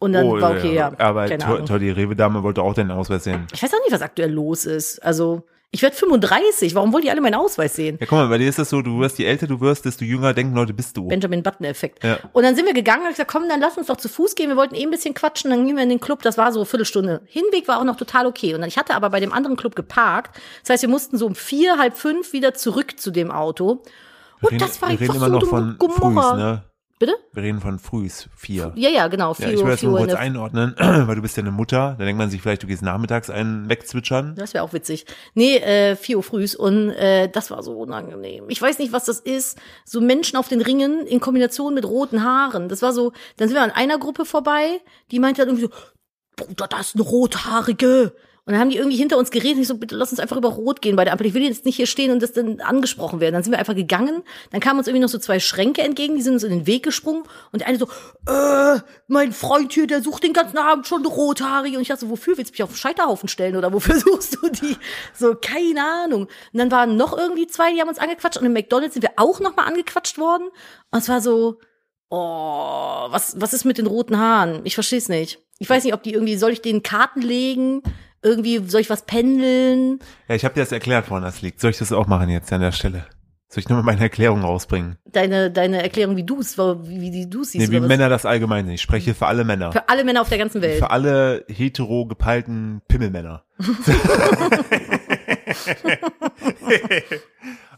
Speaker 2: Und dann
Speaker 1: oh,
Speaker 2: war okay, ja.
Speaker 1: Aber
Speaker 2: keine
Speaker 1: to,
Speaker 2: Ahnung.
Speaker 1: to, die Rewe-Dame wollte auch den Ausweis sehen.
Speaker 2: Ich weiß auch nicht, was aktuell los ist. Also, ich werde 35. Warum wollen die alle meinen Ausweis sehen?
Speaker 1: Ja, guck mal, bei dir ist das so, du wirst, je älter du wirst, desto jünger denken Leute, bist du.
Speaker 2: Benjamin Button-Effekt.
Speaker 1: Ja.
Speaker 2: Und dann sind wir gegangen und hab gesagt, komm, dann lass uns doch zu Fuß gehen. Wir wollten eh ein bisschen quatschen, dann gehen wir in den Club. Das war so eine Viertelstunde. Hinweg war auch noch total okay. Und dann, ich hatte aber bei dem anderen Club geparkt. Das heißt, wir mussten so um vier, halb fünf wieder zurück zu dem Auto.
Speaker 1: Wir
Speaker 2: Und Oh, das war
Speaker 1: wir reden
Speaker 2: einfach
Speaker 1: immer noch
Speaker 2: so dumm
Speaker 1: von
Speaker 2: Gomorra.
Speaker 1: Frühs, ne?
Speaker 2: Bitte?
Speaker 1: Wir reden von Frühs, vier.
Speaker 2: Ja, ja, genau. Vier
Speaker 1: Ja, ich will
Speaker 2: Uhr,
Speaker 1: das
Speaker 2: vier
Speaker 1: nur
Speaker 2: Uhr. in
Speaker 1: kurz
Speaker 2: der-
Speaker 1: einordnen, weil du bist ja eine Mutter. Da denkt man sich vielleicht, du gehst nachmittags einen wegzwitschern.
Speaker 2: Das wäre auch witzig. Nee, äh, 4 Uhr frühs und äh, das war so unangenehm. Ich weiß nicht, was das ist. So Menschen auf den Ringen in Kombination mit roten Haaren. Das war so, dann sind wir an einer Gruppe vorbei, die meinte dann irgendwie so, Bruder, das ist eine rothaarige. Und dann haben die irgendwie hinter uns geredet. Ich so, bitte lass uns einfach über Rot gehen bei der Ampel. Ich will jetzt nicht hier stehen und das dann angesprochen werden. Dann sind wir einfach gegangen. Dann kamen uns irgendwie noch so zwei Schränke entgegen. Die sind uns in den Weg gesprungen. Und der eine so, äh, mein Freund hier, der sucht den ganzen Abend schon eine Rothaarige. Und ich dachte so, wofür willst du mich auf den Scheiterhaufen stellen? Oder wofür suchst du die? So, keine Ahnung. Und dann waren noch irgendwie zwei, die haben uns angequatscht. Und im McDonalds sind wir auch nochmal angequatscht worden. Und es war so, Oh, was, was ist mit den roten Haaren? Ich verstehe es nicht. Ich weiß nicht, ob die irgendwie, soll ich denen Karten legen? Irgendwie soll ich was pendeln?
Speaker 1: Ja, ich habe dir das erklärt, woran das liegt. Soll ich das auch machen jetzt an der Stelle? Soll ich nur mal meine Erklärung rausbringen?
Speaker 2: Deine, deine Erklärung, wie du es, wie, wie die du es siehst.
Speaker 1: Nee, wie
Speaker 2: oder was?
Speaker 1: Männer das allgemein sind. Ich spreche für alle Männer.
Speaker 2: Für alle Männer auf der ganzen Welt.
Speaker 1: Für alle hetero gepeilten Pimmelmänner.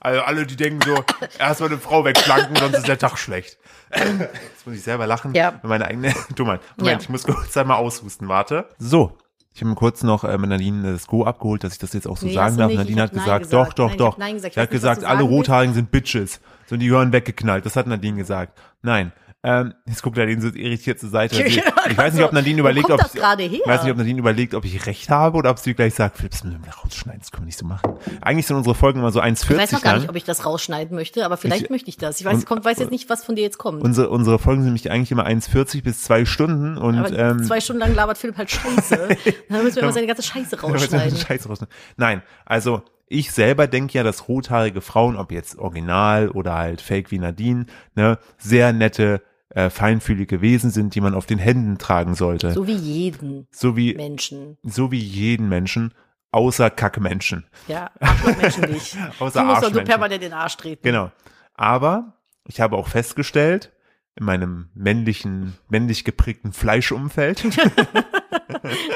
Speaker 1: also alle, die denken so, erstmal eine Frau wegflanken, sonst ist der Tag schlecht. Jetzt muss ich selber lachen.
Speaker 2: Ja.
Speaker 1: Wenn meine eigene. Du mein, Moment,
Speaker 2: Ja.
Speaker 1: ich muss kurz einmal aushusten, warte. So. Ich habe mir kurz noch äh, mit Nadine das Go abgeholt, dass ich das jetzt auch so
Speaker 2: Nee,
Speaker 1: sagen
Speaker 2: hast du
Speaker 1: darf.
Speaker 2: nicht.
Speaker 1: Nadine
Speaker 2: Ich
Speaker 1: hat
Speaker 2: hab Nein
Speaker 1: gesagt,
Speaker 2: gesagt.
Speaker 1: doch, doch,
Speaker 2: Nein, ich
Speaker 1: doch.
Speaker 2: hab Nein gesagt. Ich
Speaker 1: Sie hat
Speaker 2: weiß nicht, was
Speaker 1: gesagt,
Speaker 2: du
Speaker 1: alle
Speaker 2: sagen willst.
Speaker 1: Rothaarigen sind Bitches. So, und die gehören weggeknallt. Das hat Nadine gesagt. Nein. Ähm, jetzt guckt Nadine so irritiert zur Seite. Sie, ich weiß nicht, ob Nadine
Speaker 2: Wo
Speaker 1: überlegt,
Speaker 2: kommt
Speaker 1: ob
Speaker 2: das gerade her?
Speaker 1: weiß nicht, ob Nadine überlegt, ob ich recht habe oder ob sie gleich sagt, Philipp, das müssen wir rausschneiden, das können wir nicht so machen. Eigentlich sind unsere Folgen immer so ne?
Speaker 2: ich weiß
Speaker 1: 1,40
Speaker 2: noch gar nicht,
Speaker 1: lang.
Speaker 2: ob ich das rausschneiden möchte, aber vielleicht
Speaker 1: Ich-
Speaker 2: möchte ich das. Ich weiß, kommt, weiß jetzt nicht, was von dir jetzt kommt.
Speaker 1: Unsere, unsere Folgen sind nämlich eigentlich immer 1,40 bis zwei Stunden und
Speaker 2: aber
Speaker 1: ähm,
Speaker 2: zwei Stunden lang labert Philipp halt Scheiße. dann müssen wir immer seine ganze Scheiße rausschneiden.
Speaker 1: Scheiß rausschneiden. Nein, also ich selber denke ja, dass rothaarige Frauen, ob jetzt original oder halt fake wie Nadine, ne, sehr nette, äh, feinfühlige Wesen sind, die man auf den Händen tragen sollte. So,
Speaker 2: So wie jeden
Speaker 1: wie,
Speaker 2: Menschen.
Speaker 1: so wie jeden Menschen, außer Kackmenschen.
Speaker 2: Ja, Arschlochmenschen nicht.
Speaker 1: Außer
Speaker 2: Du musst doch nur
Speaker 1: Arschmenschen.
Speaker 2: permanent in den Arsch treten.
Speaker 1: Genau. Aber ich habe auch festgestellt, in meinem männlichen, männlich geprägten Fleischumfeld,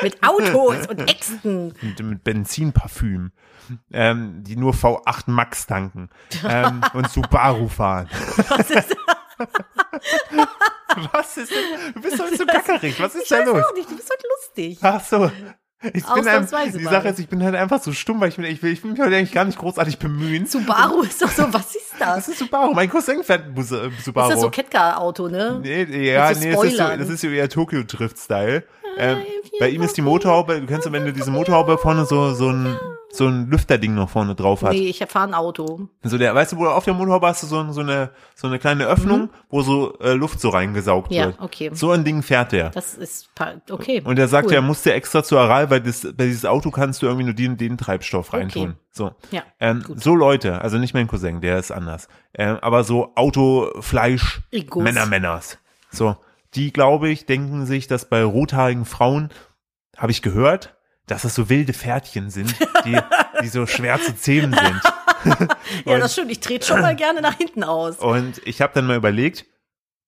Speaker 2: Mit Autos und Äxten.
Speaker 1: mit, mit Benzinparfüm, ähm, die nur V8 Max tanken ähm, und Subaru fahren. Was ist denn? Du bist heute so gackerig. Was ist
Speaker 2: Ich
Speaker 1: da
Speaker 2: weiß
Speaker 1: los?
Speaker 2: auch nicht, du bist heute lustig.
Speaker 1: Ach so. Ich bin ein,
Speaker 2: Ausnahmsweise
Speaker 1: die
Speaker 2: mal.
Speaker 1: Sache ist, ich bin halt einfach so stumm, weil ich, bin, ich, will, ich will mich heute eigentlich gar nicht großartig bemühen.
Speaker 2: Subaru ist doch so, was ist das?
Speaker 1: Das ist Subaru. Mein Cousin fährt einen Bus- äh, Subaru.
Speaker 2: Ist das so Ketka-Auto, ne?
Speaker 1: Nee, ja,
Speaker 2: Mit
Speaker 1: nee, das
Speaker 2: so
Speaker 1: ist, so,
Speaker 2: Spoilern. Ah,
Speaker 1: das ist so eher Tokyo Drift Style. Ähm, bei ihm ist die Motorhaube, du kennst, wenn du diese Motorhaube vorne so, so ein, so ein Lüfterding noch vorne drauf hat.
Speaker 2: Nee, ich fahre ein Auto.
Speaker 1: So der, weißt du, wo auf der Motorhaube hast du so, so eine so eine kleine Öffnung, wo so äh, Luft so reingesaugt
Speaker 2: Mhm. Ja,
Speaker 1: wird.
Speaker 2: okay.
Speaker 1: So ein Ding fährt der.
Speaker 2: Das ist pa- okay.
Speaker 1: Und er sagt,
Speaker 2: cool.
Speaker 1: er musste extra zu Aral, weil das, bei dieses Auto kannst du irgendwie nur den, den Treibstoff reintun. So.
Speaker 2: Ja,
Speaker 1: ähm,
Speaker 2: gut.
Speaker 1: so Leute, also nicht mein Cousin, der ist anders. Ähm, aber so Auto, Fleisch,
Speaker 2: Igos.
Speaker 1: Männer, Männers. So. Die, glaube ich, denken sich, dass bei rothaarigen Frauen, habe ich gehört, dass das so wilde Pferdchen sind, die, die so schwer zu zähmen sind.
Speaker 2: Ja, das stimmt. Ich trete schon mal gerne nach hinten aus. Ja,
Speaker 1: Und ich habe dann mal überlegt,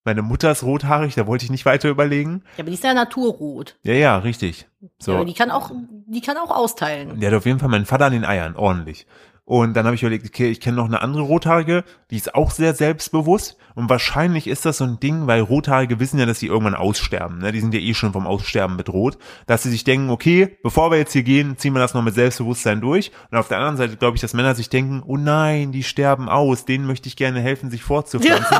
Speaker 1: meine Mutter ist rothaarig, da wollte ich nicht weiter überlegen.
Speaker 2: aber die ist ja naturrot.
Speaker 1: Ja, ja, richtig. So.
Speaker 2: Ja, aber die kann auch, die kann auch austeilen.
Speaker 1: Der hat auf jeden Fall meinen Vater an den Eiern, ordentlich. Und dann habe ich überlegt, okay, ich kenne noch eine andere Rothaarige, die ist auch sehr selbstbewusst. Und wahrscheinlich ist das so ein Ding, weil Rothaarige wissen ja, dass sie irgendwann aussterben. Ne? Die sind ja eh schon vom Aussterben bedroht. Dass sie sich denken, okay, bevor wir jetzt hier gehen, ziehen wir das noch mit Selbstbewusstsein durch. Und auf der anderen Seite glaube ich, dass Männer sich denken, oh nein, die sterben aus. Denen möchte ich gerne helfen, sich fortzupflanzen.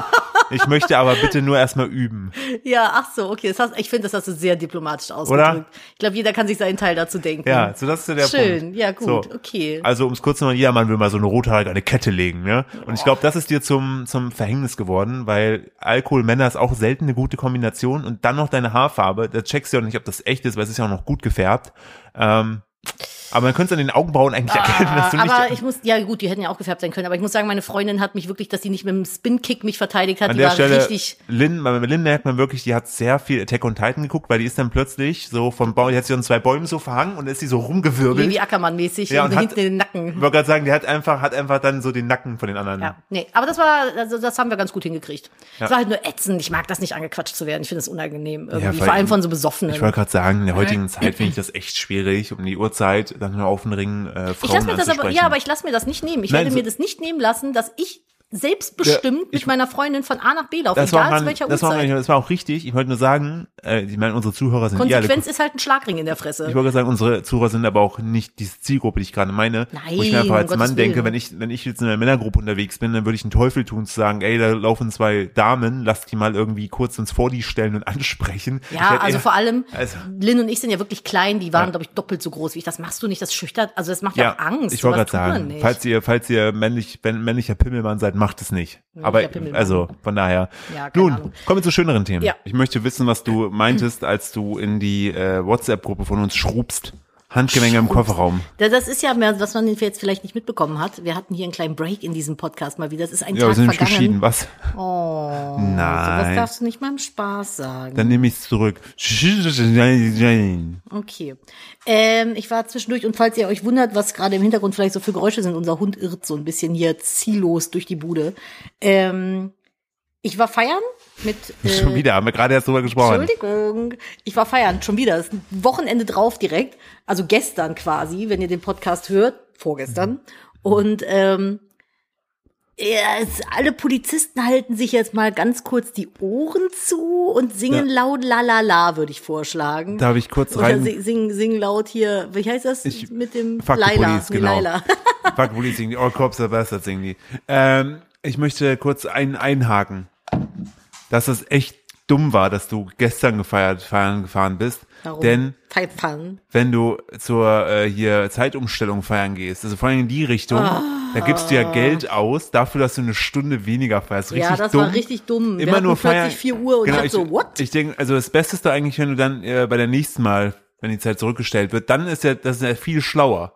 Speaker 1: Ich möchte aber bitte nur erstmal üben.
Speaker 2: Ja, ach so, okay. Das hast, ich finde, das hast du sehr diplomatisch ausgedrückt. Ich glaube, jeder kann sich seinen Teil dazu denken.
Speaker 1: Ja, so das ist so der
Speaker 2: Schön,
Speaker 1: Punkt.
Speaker 2: ja, gut,
Speaker 1: so.
Speaker 2: okay.
Speaker 1: Also ums kurz zu machen, jedermann will mal so eine rothaarige an eine Kette legen, ne? Und ich glaube, das ist dir zum zum Verhängnis geworden, weil Alkohol Männer ist auch selten eine gute Kombination und dann noch deine Haarfarbe, da checkst du ja auch nicht, ob das echt ist, weil es ist ja auch noch gut gefärbt. Ähm, aber man könnte es an den Augenbrauen eigentlich erkennen, dass du nicht
Speaker 2: Ah, aber ich muss, ja gut, die hätten ja auch gefärbt sein können, aber ich muss sagen, meine Freundin hat mich wirklich, dass sie nicht mit dem Spin-Kick mich verteidigt hat,
Speaker 1: an
Speaker 2: die
Speaker 1: der
Speaker 2: war
Speaker 1: Stelle,
Speaker 2: richtig,
Speaker 1: Lynn, bei Lynn merkt man wirklich, die hat sehr viel Attack on Titan geguckt, weil die ist dann plötzlich so vom Baum, die hat sich an zwei Bäumen so verhangen und ist sie so rumgewirbelt.
Speaker 2: Levi Ackermann-mäßig,
Speaker 1: Ja, und
Speaker 2: hinten
Speaker 1: hat-
Speaker 2: in den
Speaker 1: Ich
Speaker 2: Nacken.
Speaker 1: wollte gerade sagen, der hat einfach, hat einfach dann so den Nacken von den anderen.
Speaker 2: Ja, nee, aber das war, also das haben wir ganz gut hingekriegt. Es war halt nur ätzend, ich mag das nicht angequatscht zu werden, ich finde es unangenehm irgendwie,
Speaker 1: vor
Speaker 2: vor allem
Speaker 1: allem-
Speaker 2: von so Besoffenen.
Speaker 1: Ich wollte gerade sagen,
Speaker 2: Äh.
Speaker 1: in der heutigen Zeit finde ich das echt schwierig, um die Uhrzeit dann nur auf den Ring äh,
Speaker 2: Ich
Speaker 1: Frauen
Speaker 2: lasse mir das aber,
Speaker 1: anzusprechen.
Speaker 2: ja, aber ich lasse mir das nicht nehmen. Ich
Speaker 1: Nein,
Speaker 2: werde
Speaker 1: so-
Speaker 2: mir das nicht nehmen lassen, dass ich selbstbestimmt
Speaker 1: Ja, ich-
Speaker 2: mit meiner Freundin von A nach B laufe,
Speaker 1: das
Speaker 2: egal
Speaker 1: war,
Speaker 2: zu
Speaker 1: mein,
Speaker 2: welcher
Speaker 1: das, war
Speaker 2: Uhrzeit.
Speaker 1: mein, das war auch richtig. Ich wollte nur sagen, äh, ich meine, unsere Zuhörer sind eh alle.
Speaker 2: Konsequenz ist halt ein Schlagring in der Fresse.
Speaker 1: Ich wollte gerade sagen, unsere Zuhörer sind aber auch nicht diese Zielgruppe, die ich gerade meine. wo ich mir
Speaker 2: Nein,
Speaker 1: einfach als
Speaker 2: um
Speaker 1: Mann
Speaker 2: Gottes
Speaker 1: denke,
Speaker 2: Willen.
Speaker 1: wenn ich, wenn ich jetzt in einer Männergruppe unterwegs bin, dann würde ich einen Teufel tun zu sagen, ey, da laufen zwei Damen, lasst die mal irgendwie kurz uns vor die stellen und ansprechen. Ich
Speaker 2: Ja,
Speaker 1: hätte
Speaker 2: also
Speaker 1: eher-
Speaker 2: vor allem,
Speaker 1: also-
Speaker 2: Lynn und ich sind ja wirklich klein, die waren,
Speaker 1: Ja.
Speaker 2: glaube ich, doppelt so groß wie ich. Das machst du nicht, das schüchtert, also das macht ja, auch Angst.
Speaker 1: Ich wollte gerade
Speaker 2: sowas tut man
Speaker 1: sagen,
Speaker 2: nicht.
Speaker 1: falls ihr, falls ihr männlich, wenn männlicher Pimmelmann seid, macht es nicht. Aber
Speaker 2: Pimmelmann.
Speaker 1: also von daher.
Speaker 2: Ja, keine
Speaker 1: Nun,
Speaker 2: Ahnung.
Speaker 1: kommen wir zu schöneren Themen.
Speaker 2: Ja.
Speaker 1: Ich möchte wissen, was du meintest, als du in die äh, WhatsApp-Gruppe von uns schrubst. Handgemenge im Kofferraum.
Speaker 2: Da- Das ist ja mehr, was man jetzt vielleicht nicht mitbekommen hat. Wir hatten hier einen kleinen Break in diesem Podcast mal wieder. Das ist ein
Speaker 1: Ja, wir
Speaker 2: Tag
Speaker 1: sind nämlich
Speaker 2: vergangen.
Speaker 1: geschieden, was?
Speaker 2: Oh,
Speaker 1: Nein.
Speaker 2: sowas darfst du nicht mal im Spaß sagen.
Speaker 1: Dann nehme ich es zurück.
Speaker 2: Äh. Okay. Ähm, ich war zwischendurch und falls ihr euch wundert, was gerade im Hintergrund vielleicht so für Geräusche sind, unser Hund irrt so ein bisschen hier ziellos durch die Bude. Ähm, ich war feiern mit. Äh,
Speaker 1: Schon wieder, haben wir gerade erst drüber gesprochen.
Speaker 2: Entschuldigung. Ich war feiern, schon wieder. Das Wochenende drauf direkt. Also gestern quasi, wenn ihr den Podcast hört, vorgestern. Und ähm, ja, es, alle Polizisten halten sich jetzt mal ganz kurz die Ohren zu und singen laut La La La, würde ich vorschlagen.
Speaker 1: Darf ich kurz
Speaker 2: Oder
Speaker 1: rein?
Speaker 2: sing, sing, sing laut hier, wie heißt das?
Speaker 1: Ich-
Speaker 2: Mit dem
Speaker 1: Fuck the
Speaker 2: Laila.
Speaker 1: Police,
Speaker 2: Nee,
Speaker 1: genau.
Speaker 2: Laila.
Speaker 1: Fuck Police singen die, All Cops are Bastards singen die. Ähm, ich möchte kurz einen einhaken, dass es echt dumm war, dass du gestern gefeiert, feiern gefahren bist.
Speaker 2: Warum?
Speaker 1: Denn
Speaker 2: Pfeifern.
Speaker 1: wenn du zur äh, hier Zeitumstellung feiern gehst, also vor allem in die Richtung, da gibst du ja Geld aus dafür, dass du eine Stunde weniger feierst. Richtig
Speaker 2: Ah. Ja, das
Speaker 1: dumm.
Speaker 2: war richtig dumm. Wir
Speaker 1: Immer
Speaker 2: hatten
Speaker 1: nur
Speaker 2: plötzlich
Speaker 1: feiern. Genau,
Speaker 2: 4 Uhr und ich hab so, what?
Speaker 1: Ich denke, also das Beste ist doch eigentlich, wenn du dann äh, bei der nächsten Mal, wenn die Zeit zurückgestellt wird, dann ist ja das ist ja viel schlauer.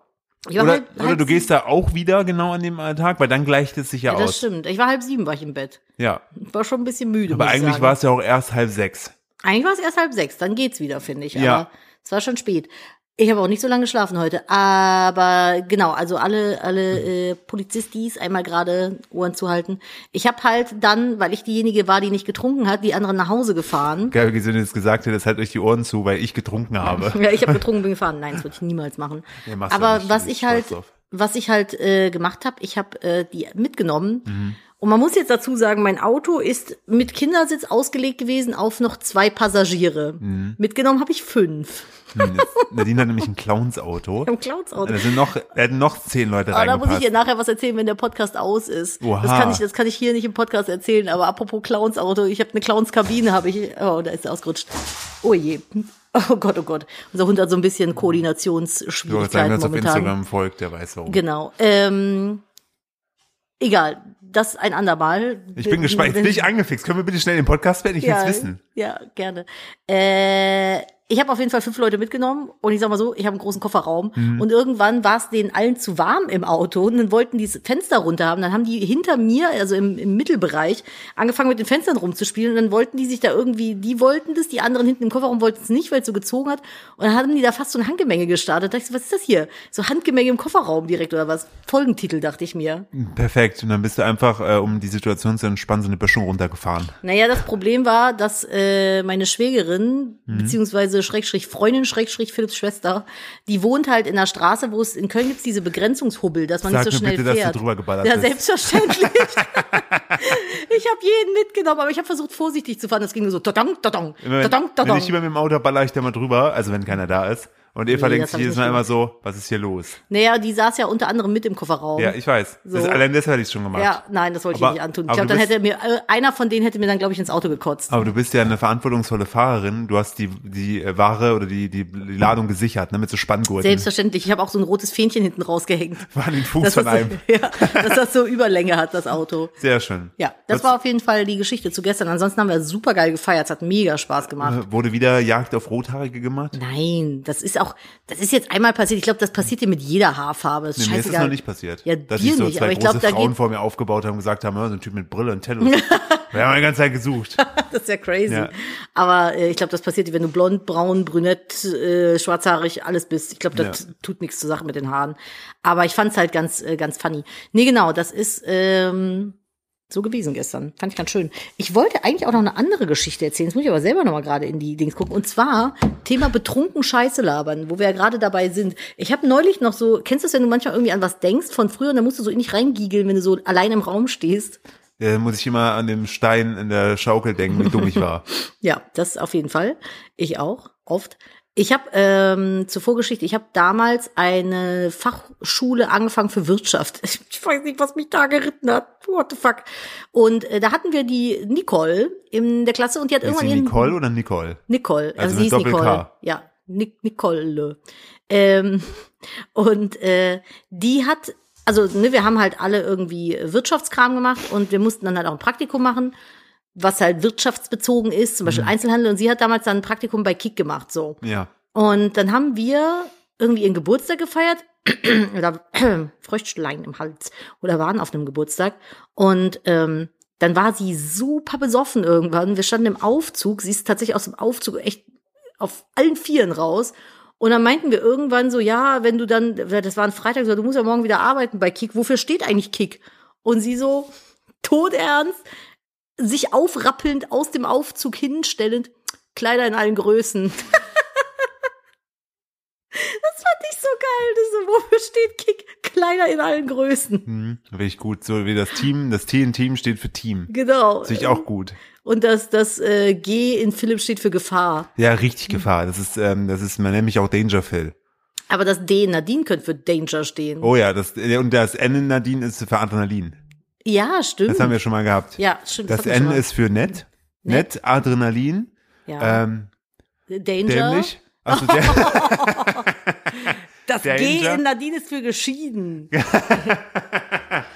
Speaker 2: Ich war
Speaker 1: Oder,
Speaker 2: halb-
Speaker 1: oder
Speaker 2: halb
Speaker 1: du
Speaker 2: sieben-
Speaker 1: gehst da auch wieder genau an dem Tag, weil dann gleicht es sich ja,
Speaker 2: halt Ja, das
Speaker 1: aus.
Speaker 2: stimmt. Ich war halb sieben, war ich im Bett.
Speaker 1: Ja.
Speaker 2: Ich war schon ein bisschen müde.
Speaker 1: Aber
Speaker 2: muss ich
Speaker 1: eigentlich
Speaker 2: sagen.
Speaker 1: war es ja auch erst halb sechs.
Speaker 2: Eigentlich war es erst halb sechs, dann geht's wieder, finde ich.
Speaker 1: Ja.
Speaker 2: Aber es war schon spät. Ich habe auch nicht so lange geschlafen heute. Aber genau, also alle, alle
Speaker 1: Hm.
Speaker 2: äh, Polizistis einmal gerade Ohren zu halten. Ich habe halt dann, weil ich diejenige war, die nicht getrunken hat, die anderen nach Hause gefahren.
Speaker 1: Geil, wie Sünde jetzt gesagt hat, das halt euch die Ohren zu, weil ich getrunken habe.
Speaker 2: Ja, ich habe getrunken, bin gefahren. Nein, das würde ich niemals machen.
Speaker 1: Nee, machst du
Speaker 2: Aber
Speaker 1: nicht,
Speaker 2: was
Speaker 1: du bist
Speaker 2: ich halt,
Speaker 1: stolz drauf.
Speaker 2: was ich halt äh, gemacht habe, ich habe äh, die mitgenommen.
Speaker 1: Mhm.
Speaker 2: Und man muss jetzt dazu sagen, mein Auto ist mit Kindersitz ausgelegt gewesen auf noch zwei Passagiere.
Speaker 1: Mhm.
Speaker 2: Mitgenommen habe ich fünf.
Speaker 1: Hm, jetzt- Nadine hat nämlich ein Clowns-Auto.
Speaker 2: Im Clowns-Auto.
Speaker 1: Da sind noch, da hätten noch zehn Leute
Speaker 2: Ah, da muss ich
Speaker 1: reingepasst.
Speaker 2: ihr nachher was erzählen, wenn der Podcast aus ist.
Speaker 1: Oha.
Speaker 2: Das kann ich, das kann ich hier nicht im Podcast erzählen. Aber apropos Clowns Auto, ich habe eine Clowns Kabine, habe ich. Oh, da ist er ausgerutscht. Oh je. Oh Gott, oh Gott. Unser Hund hat so ein
Speaker 1: Ich
Speaker 2: bisschen
Speaker 1: würde sagen,
Speaker 2: Koordinationsschwierigkeiten
Speaker 1: wer uns auf
Speaker 2: momentan.
Speaker 1: Instagram folgt, der weiß warum.
Speaker 2: Genau. Ähm, egal, das ein andermal.
Speaker 1: Ich bin gespannt. Jetzt bin ich angefixt. Können wir bitte schnell den Podcast beenden? Ich will's
Speaker 2: ja,
Speaker 1: wissen.
Speaker 2: Ja, gerne. Äh, ich habe auf jeden Fall fünf Leute mitgenommen und ich sag mal so, ich habe einen großen Kofferraum
Speaker 1: Mhm.
Speaker 2: und irgendwann war es denen allen zu warm im Auto und dann wollten die das Fenster runter haben. Dann haben die hinter mir, also im, im Mittelbereich, angefangen mit den Fenstern rumzuspielen und dann wollten die sich da irgendwie, die wollten das, die anderen hinten im Kofferraum wollten es nicht, weil es so gezogen hat und dann haben die da fast so ein Handgemenge gestartet. Da dachte ich so, was ist das hier? So Handgemenge im Kofferraum direkt oder was? Folgentitel dachte ich mir.
Speaker 1: Perfekt. Und dann bist du einfach, äh, um die Situation zu entspannen, so eine Böschung runtergefahren.
Speaker 2: Naja, das Problem war, dass äh, meine Schwägerin,
Speaker 1: Mhm.
Speaker 2: beziehungsweise Schrägstrich Freundin, Schrägstrich Philipps Schwester, die wohnt halt in einer Straße, wo es in Köln gibt's diese Begrenzungshubbel, dass man
Speaker 1: Sag
Speaker 2: nicht so
Speaker 1: mir
Speaker 2: schnell
Speaker 1: bitte, dass du
Speaker 2: fährt.
Speaker 1: drüber geballert
Speaker 2: ja,
Speaker 1: bist.
Speaker 2: selbstverständlich. ich habe jeden mitgenommen, aber ich habe versucht, vorsichtig zu fahren. Das ging nur so tadang, tadang,
Speaker 1: Immer Wenn,
Speaker 2: tadang,
Speaker 1: wenn ich
Speaker 2: tadang.
Speaker 1: lieber mit dem Auto baller ich da mal drüber, also wenn keiner da ist. Und Eva
Speaker 2: Nee,
Speaker 1: denkt
Speaker 2: das
Speaker 1: sich
Speaker 2: hab ich
Speaker 1: jedes
Speaker 2: nicht
Speaker 1: Mal immer so, was ist hier los?
Speaker 2: Naja, die saß ja unter anderem mit im Kofferraum.
Speaker 1: Ja, ich weiß.
Speaker 2: So.
Speaker 1: Das, allein deshalb hätte ich schon gemacht.
Speaker 2: Ja, nein, das wollte
Speaker 1: Aber-
Speaker 2: ich nicht antun. Ich
Speaker 1: aber
Speaker 2: glaube,
Speaker 1: du
Speaker 2: dann
Speaker 1: bist-
Speaker 2: hätte mir äh, einer von denen hätte mir dann glaube ich ins Auto gekotzt.
Speaker 1: Aber du bist ja eine verantwortungsvolle Fahrerin. Du hast die, die äh, Ware oder die, die die Ladung gesichert, ne, mit so Spanngurten.
Speaker 2: Selbstverständlich, ich habe auch so ein rotes Fähnchen hinten rausgehängt.
Speaker 1: War an den Fuß
Speaker 2: dass
Speaker 1: von
Speaker 2: das,
Speaker 1: einem.
Speaker 2: so, ja, dass das so Überlänge hat, das Auto.
Speaker 1: Sehr schön.
Speaker 2: Ja, das war auf jeden Fall die Geschichte zu gestern. Ansonsten haben wir super geil gefeiert. Es hat mega Spaß gemacht.
Speaker 1: Äh, Wurde wieder Jagd auf Rothaarige gemacht?
Speaker 2: Nein, das ist auch, das ist jetzt einmal passiert. Ich glaube, das passiert dir mit jeder Haarfarbe. Das ist
Speaker 1: Nee, mir ist das
Speaker 2: scheißegal.
Speaker 1: noch nicht passiert.
Speaker 2: Ja,
Speaker 1: dass
Speaker 2: dir
Speaker 1: ich so
Speaker 2: nicht,
Speaker 1: zwei
Speaker 2: aber ich
Speaker 1: große
Speaker 2: glaube, da
Speaker 1: Frauen
Speaker 2: geht-
Speaker 1: vor mir aufgebaut haben und gesagt haben, ja, so ein Typ mit Brille und Tellus. Wir haben die ganze Zeit gesucht.
Speaker 2: das ist ja crazy.
Speaker 1: Ja.
Speaker 2: Aber äh, ich glaube, das passiert dir, wenn du blond, braun, brünett, äh, schwarzhaarig, alles bist. Ich glaube, das
Speaker 1: Ja.
Speaker 2: tut nichts zur Sache mit den Haaren. Aber ich fand's halt ganz, äh, ganz funny. Nee, genau, das ist ähm, so gewesen gestern. Fand ich ganz schön. Ich wollte eigentlich auch noch eine andere Geschichte erzählen. Jetzt muss ich aber selber nochmal gerade in die Dings gucken. Und zwar Thema betrunken Scheiße labern, wo wir ja gerade dabei sind. Ich habe neulich noch so, kennst du das, wenn du manchmal irgendwie an was denkst von früher und dann musst du so in dich reingiegeln, wenn du so allein im Raum stehst?
Speaker 1: Da muss ich immer an dem Stein in der Schaukel denken, wie dumm ich war.
Speaker 2: Ja, das auf jeden Fall. Ich auch, oft. Ich habe ähm, zur Vorgeschichte, ich habe damals eine Fachschule angefangen für Wirtschaft. Ich weiß nicht, was mich da geritten hat. What the fuck? Und äh, da hatten wir die Nicole in der Klasse und die hat
Speaker 1: Ist
Speaker 2: irgendwann
Speaker 1: sie
Speaker 2: ihren
Speaker 1: Nicole oder Nicole?
Speaker 2: Nicole,
Speaker 1: Also
Speaker 2: also,
Speaker 1: mit
Speaker 2: sie ist
Speaker 1: Doppel-K.
Speaker 2: Nicole. Ja, Nic Nicole. Ähm, und äh, die hat, also ne, wir haben halt alle irgendwie Wirtschaftskram gemacht und wir mussten dann halt auch ein Praktikum machen, was halt wirtschaftsbezogen ist, zum Beispiel
Speaker 1: Mhm.
Speaker 2: Einzelhandel. Und sie hat damals dann ein Praktikum bei Kick gemacht, so.
Speaker 1: Ja.
Speaker 2: Und dann haben wir irgendwie ihren Geburtstag gefeiert oder Fröchtlein im Hals oder waren auf einem Geburtstag und ähm, dann war sie super besoffen irgendwann. Wir standen im Aufzug, sie ist tatsächlich aus dem Aufzug echt auf allen Vieren raus. Und dann meinten wir irgendwann so, ja, wenn du dann, das war ein Freitag, so, du musst ja morgen wieder arbeiten bei Kick. Wofür steht eigentlich Kick? Und sie so, todernst, sich aufrappelnd aus dem Aufzug hinstellend, Kleider in allen Größen. Das fand ich so geil. Das so, wofür steht Kick? Kleider in allen Größen.
Speaker 1: Hm, wirklich gut. So wie das Team, das T in Team steht für Team.
Speaker 2: Genau.
Speaker 1: Finde ich auch gut.
Speaker 2: Und das, das äh, G in Philipp steht für Gefahr.
Speaker 1: Ja,
Speaker 2: Hm.
Speaker 1: richtig Gefahr. Das ist, ähm, das ist, man nennt mich auch Danger Phil.
Speaker 2: Aber das D in Nadine könnte für Danger stehen.
Speaker 1: Oh ja, das, äh, und das N in Nadine ist für Adrenalin.
Speaker 2: Ja, stimmt.
Speaker 1: Das haben wir schon mal gehabt.
Speaker 2: Hm. ja, stimmt.
Speaker 1: das
Speaker 2: hatten wir schon
Speaker 1: N
Speaker 2: mal.
Speaker 1: ist für nett. Nett, Adrenalin,
Speaker 2: ja.
Speaker 1: ähm,
Speaker 2: Danger.
Speaker 1: dämlich. Also der,
Speaker 2: Das G
Speaker 1: Danger.
Speaker 2: in Nadine ist für geschieden.
Speaker 1: warte,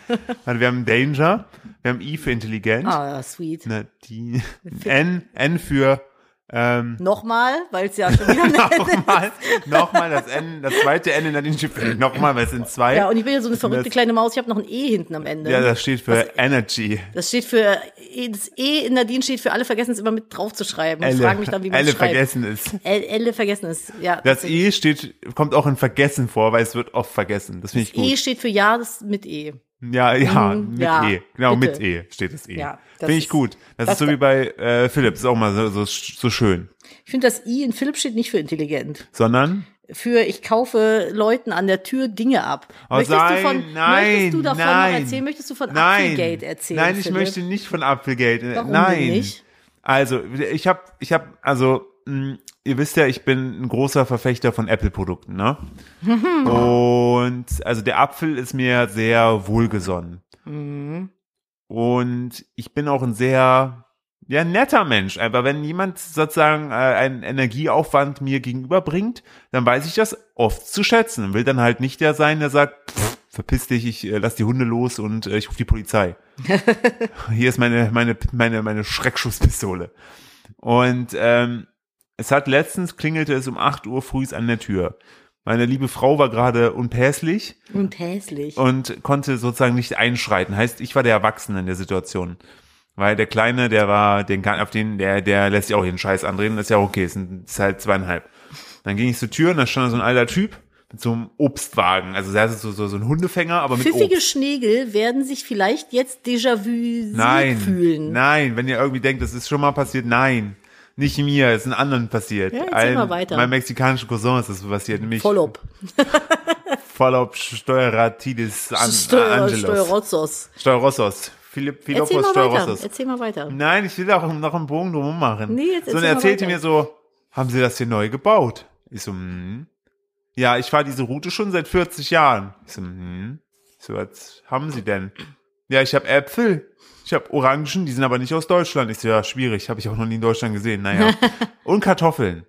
Speaker 1: also wir haben Danger, wir haben I für intelligent,
Speaker 2: Ah, sweet.
Speaker 1: Hm. Nadine, N, N für, ähm,
Speaker 2: Nochmal, weil es ja schon wieder nett ist.
Speaker 1: nochmal, nochmal das N, das zweite N in Nadine steht für nochmal, weil es sind zwei.
Speaker 2: Ja, und ich bin ja so eine verrückte
Speaker 1: Das-
Speaker 2: kleine Maus. Ich habe noch ein E hinten am Ende.
Speaker 1: Ja, das steht für Energy.
Speaker 2: Das steht für, das E in Nadine steht für alle vergessen es immer mit drauf zu schreiben. Ich
Speaker 1: Elle,
Speaker 2: frage mich dann, wie man
Speaker 1: Elle
Speaker 2: es schreibt.
Speaker 1: vergessen ist.
Speaker 2: Elle, Elle vergessen es, ja.
Speaker 1: Das E steht, kommt auch in Vergessen vor, weil es wird oft vergessen. Das finde ich
Speaker 2: E
Speaker 1: gut.
Speaker 2: steht für Ja, das mit E.
Speaker 1: ja, ja,
Speaker 2: Mhm,
Speaker 1: mit
Speaker 2: ja,
Speaker 1: E. Genau,
Speaker 2: bitte.
Speaker 1: mit E steht das E.
Speaker 2: Ja, das
Speaker 1: finde ich
Speaker 2: ist-
Speaker 1: gut. Das,
Speaker 2: das-
Speaker 1: ist so wie bei äh, Philips, ist auch mal so, so, so schön.
Speaker 2: Ich finde, das I in Philipp steht nicht für intelligent.
Speaker 1: Sondern,
Speaker 2: Für ich kaufe Leuten an der Tür Dinge ab.
Speaker 1: Oh,
Speaker 2: du
Speaker 1: nein,
Speaker 2: von,
Speaker 1: nein,
Speaker 2: möchtest du davon noch
Speaker 1: nein.
Speaker 2: erzählen? Möchtest du von
Speaker 1: nein.
Speaker 2: Applegate erzählen?
Speaker 1: Nein, ich
Speaker 2: Philipp?
Speaker 1: möchte nicht von Apfelgate.
Speaker 2: Warum
Speaker 1: nein.
Speaker 2: denn nicht?
Speaker 1: Also, ich habe, ich habe, also, mh, ihr wisst ja, ich bin ein großer Verfechter von Apple-Produkten, ne? Und also der Apfel ist mir
Speaker 2: Mhm.
Speaker 1: sehr wohlgesonnen. Und ich bin auch ein sehr Ja, netter Mensch. Aber wenn jemand sozusagen äh, einen Energieaufwand mir gegenüberbringt, dann weiß ich das oft zu schätzen und will dann halt nicht der sein, der sagt, pff, verpiss dich, ich äh, lass die Hunde los und äh, ich rufe die Polizei. Hier ist meine, meine, meine, meine Schreckschusspistole. Und ähm, es hat letztens klingelte es um 8 Uhr frühs an der Tür. Meine liebe Frau war gerade unpässlich
Speaker 2: Und hässlich.
Speaker 1: und konnte sozusagen nicht einschreiten. Heißt, ich war der Erwachsene in der Situation. Weil der Kleine, der war, den kann, auf den, der, der lässt sich auch ihren Scheiß andrehen, das ist ja auch okay, ist, ein- ist halt zweieinhalb. Dann ging ich zur Tür und da stand so ein alter Typ mit so einem Obstwagen. Also der ist so, so, so ein Hundefänger, aber mit
Speaker 2: Pfiffige
Speaker 1: Obst.
Speaker 2: Schnegel werden sich vielleicht jetzt déjà-vu
Speaker 1: Nein,
Speaker 2: fühlen.
Speaker 1: nein, wenn ihr irgendwie denkt, das ist schon mal passiert, nein. Nicht mir, es ist einem anderen passiert.
Speaker 2: Ja, erzähl
Speaker 1: Allen-
Speaker 2: mal weiter.
Speaker 1: Meinem mexikanischen Cousin ist das passiert, nämlich
Speaker 2: Vollop.
Speaker 1: Vollop Steueratitis An
Speaker 2: Steuer,
Speaker 1: Angelos.
Speaker 2: Steuerozos.
Speaker 1: Steuerossos. Philipp,
Speaker 2: Erzähl
Speaker 1: Philippos
Speaker 2: mal
Speaker 1: Steuerossos.
Speaker 2: weiter. Erzähl mal weiter.
Speaker 1: Nein, ich will auch noch einen Bogen drum machen.
Speaker 2: Nee, jetzt
Speaker 1: so, und
Speaker 2: erzähl
Speaker 1: er
Speaker 2: mal
Speaker 1: erzählte
Speaker 2: weiter.
Speaker 1: mir so, haben sie das hier neu gebaut? Ich so, hm. Ja, ich fahre diese Route schon seit 40 Jahren. Ich so, hm. Ich so, was haben sie denn? Ja, ich habe Äpfel. Ich habe Orangen, die sind aber nicht aus Deutschland. Ich so, ja, schwierig, habe ich auch noch nie in Deutschland gesehen. Naja. und Kartoffeln.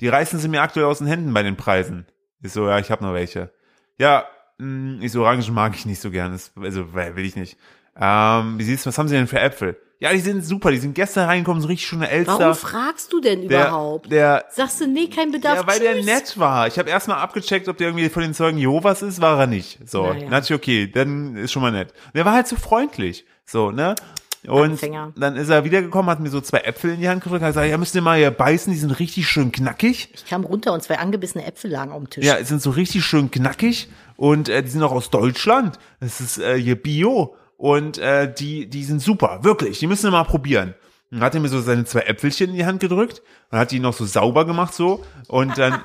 Speaker 1: Die reißen sie mir aktuell aus den Händen bei den Preisen. Ich so, ja, ich habe noch welche. Ja, mh, ich so, Orangen mag ich nicht so gern. Das, also, will ich nicht. Ähm, wie siehst du, was haben sie denn für Äpfel? Ja, die sind super. Die sind gestern reingekommen, so richtig schöne Elster.
Speaker 2: Warum fragst du denn
Speaker 1: der,
Speaker 2: überhaupt?
Speaker 1: Der,
Speaker 2: Sagst du, nee, kein Bedarf.
Speaker 1: ja, weil der
Speaker 2: Tschüss.
Speaker 1: nett war. Ich habe erstmal abgecheckt, ob der irgendwie von den Zeugen Jehovas ist, war er nicht. So,
Speaker 2: Naja.
Speaker 1: dann dachte ich, okay, dann ist schon mal nett. Der war halt so freundlich. So, ne? Und
Speaker 2: Anfänger.
Speaker 1: dann ist er wiedergekommen, hat mir so zwei Äpfel in die Hand gedrückt, hat gesagt, ja, müsst ihr mal hier beißen, die sind richtig schön knackig.
Speaker 2: Ich kam runter und zwei angebissene Äpfel lagen auf dem Tisch.
Speaker 1: Ja, es sind so richtig schön knackig und äh, die sind auch aus Deutschland. Das ist äh, hier Bio und äh, die, die sind super, wirklich. Die müssen wir mal probieren. Dann hat er mir so seine zwei Äpfelchen in die Hand gedrückt und hat die noch so sauber gemacht so und dann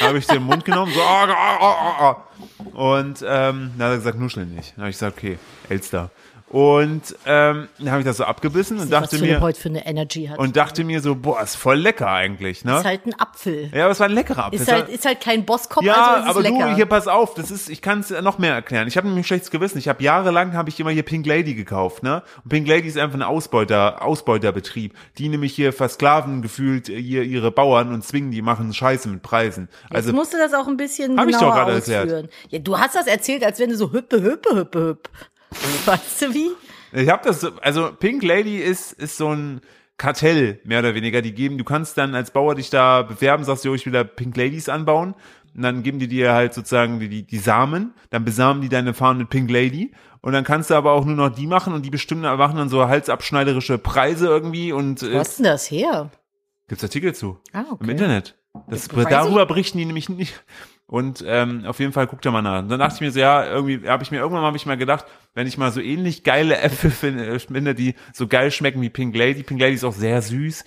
Speaker 1: habe ich den Mund genommen so ah, ah, ah, ah, ah. und ähm, dann hat er gesagt nuscheln nicht. Dann habe ich gesagt okay Elster und ähm, dann habe ich das so abgebissen und
Speaker 2: Ich weiß
Speaker 1: dachte
Speaker 2: nicht, was Philipp
Speaker 1: mir
Speaker 2: heute für eine Energy hat.
Speaker 1: und dachte mir so boah ist voll lecker eigentlich ne
Speaker 2: ist halt ein Apfel.
Speaker 1: ja aber es war ein leckerer Apfel
Speaker 2: Ist
Speaker 1: Es war-
Speaker 2: halt, ist halt kein Bosskopf,
Speaker 1: ja,
Speaker 2: also ist es
Speaker 1: aber
Speaker 2: lecker.
Speaker 1: du, hier pass auf, das ist, ich kann es noch mehr erklären. Ich habe nämlich ein schlechtes Gewissen. Ich habe jahrelang habe ich immer hier Pink Lady gekauft, ne? Und Pink Lady ist einfach ein Ausbeuter, Ausbeuterbetrieb, die nämlich hier versklaven gefühlt äh, hier ihre Bauern und zwingen die machen Scheiße mit Preisen.
Speaker 2: also,
Speaker 1: Also
Speaker 2: Jetzt musst du das auch ein bisschen
Speaker 1: Hab ich
Speaker 2: genauer
Speaker 1: doch gerade erklärt.
Speaker 2: ausführen. Ja, du hast das erzählt, als wenn du so hüppe, hüppe, hüppe, hüpp. Weißt du wie?
Speaker 1: ich habe das, so- also Pink Lady ist ist so ein Kartell mehr oder weniger. Die geben, du kannst dann als Bauer dich da bewerben, sagst du, ich will da Pink Ladies anbauen. Und dann geben die dir halt sozusagen die, die, die Samen, dann besamen die deine Farm mit Pink Lady. Und dann kannst du aber auch nur noch die machen und die bestimmen, machen dann so halsabschneiderische Preise irgendwie und
Speaker 2: Wo
Speaker 1: äh,
Speaker 2: hast du denn das her?
Speaker 1: gibt's Artikel zu
Speaker 2: Ah, okay.
Speaker 1: im Internet. Das,
Speaker 2: Weiß ich.
Speaker 1: darüber berichten die nämlich nicht. Und ähm, auf jeden Fall guckt er mal nach. Und dann dachte ich mir so, ja, irgendwie habe ich mir irgendwann mal hab ich mal gedacht, wenn ich mal so ähnlich geile Äpfel finde, äh, finde, die so geil schmecken wie Pink Lady. Pink Lady ist auch sehr süß.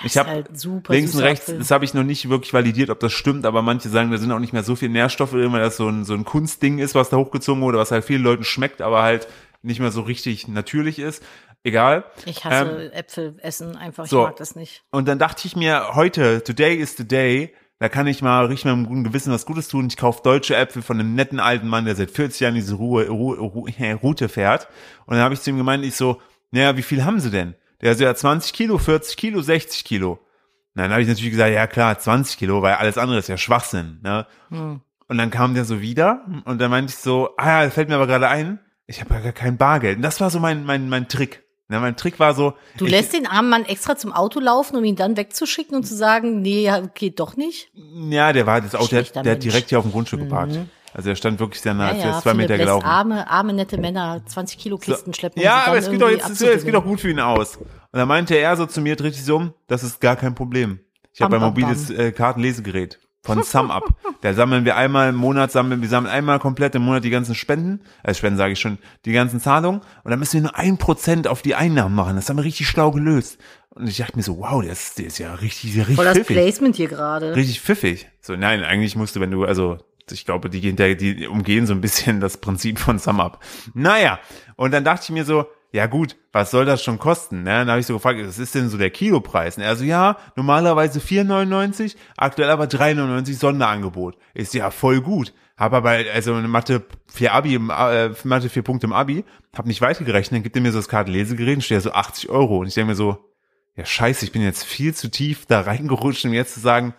Speaker 1: ich
Speaker 2: ist
Speaker 1: habe
Speaker 2: halt super
Speaker 1: links und
Speaker 2: süßer
Speaker 1: rechts,
Speaker 2: Apfel.
Speaker 1: das habe ich noch nicht wirklich validiert, ob das stimmt, aber manche sagen, da sind auch nicht mehr so viel Nährstoffe drin, weil das so ein, so ein Kunstding ist, was da hochgezogen wurde, was halt vielen Leuten schmeckt, aber halt nicht mehr so richtig natürlich ist. Egal. Ähm,
Speaker 2: Ich hasse Äpfel essen einfach, ich
Speaker 1: so.
Speaker 2: mag das nicht.
Speaker 1: Und dann dachte ich mir, heute, today is the day, da kann ich mal richtig mit einem guten Gewissen was Gutes tun. Ich kaufe deutsche Äpfel von einem netten alten Mann, der seit 40 Jahren diese Ruhe, Ruhe, Ruhe, Route fährt. Und dann habe ich zu ihm gemeint, ich so, naja, wie viel haben sie denn? Der so, ja, 20 Kilo, 40 Kilo, 60 Kilo. Und dann habe ich natürlich gesagt, ja klar, 20 Kilo, weil alles andere ist ja Schwachsinn. Ne?
Speaker 2: Hm.
Speaker 1: Und dann kam der so wieder und dann meinte ich so, ah ja, fällt mir aber gerade ein, ich habe ja gar kein Bargeld. Und das war so mein, mein, mein Trick. Ne, mein Trick war so,
Speaker 2: Du
Speaker 1: ich,
Speaker 2: lässt den armen Mann extra zum Auto laufen, um ihn dann wegzuschicken und zu sagen, nee, ja, geht doch nicht.
Speaker 1: Ja, der war das Auto, der,
Speaker 2: Schlechter
Speaker 1: der hat
Speaker 2: Mensch. Mhm.
Speaker 1: direkt hier auf dem Grundstück geparkt. Also er stand wirklich sehr nah,
Speaker 2: Ja,
Speaker 1: als er
Speaker 2: ja,
Speaker 1: ist zwei
Speaker 2: Philipp
Speaker 1: Meter
Speaker 2: lässt
Speaker 1: gelaufen.
Speaker 2: arme, arme, nette Männer 20 Kilo Kisten schleppen. um
Speaker 1: ja,
Speaker 2: sie
Speaker 1: aber
Speaker 2: dann
Speaker 1: es geht doch
Speaker 2: irgendwie
Speaker 1: jetzt, es geht doch
Speaker 2: abzugewinnen.
Speaker 1: gut für ihn aus. Und dann meinte er so zu mir, dreht sich so um, das ist gar kein Problem. Ich habe ein
Speaker 2: Bam, bam,
Speaker 1: mobiles äh, Kartenlesegerät von SumUp. da sammeln wir einmal im Monat, sammeln, wir sammeln einmal komplett im Monat die ganzen Spenden, äh, Spenden sage ich schon, die ganzen Zahlungen und dann müssen wir nur ein Prozent auf die Einnahmen machen. Das haben wir richtig schlau gelöst. Und ich dachte mir so, wow, der ist, der ist ja richtig, richtig
Speaker 2: Voll das
Speaker 1: pfiffig
Speaker 2: Placement hier gerade.
Speaker 1: richtig pfiffig. So, nein, eigentlich musst du, wenn du, also ich glaube, die, gehen da- die umgehen so ein bisschen das Prinzip von Sum Up. Naja, und dann dachte ich mir so, ja gut, was soll das schon kosten? Ne? Dann habe ich so gefragt, was ist denn so der Kilopreis? Und er so, ja, normalerweise 4,99, aktuell aber 3,99 Sonderangebot. Ist ja voll gut. Hab aber, also eine Mathe 4 Abi, im, äh, Mathe 4 Punkte im Abi, hab nicht weitergerechnet, dann gibt er mir so das Kartenlesegerät und steht ja so 80 Euro. Und ich denke mir so, ja scheiße, ich bin jetzt viel zu tief da reingerutscht, um jetzt zu sagen,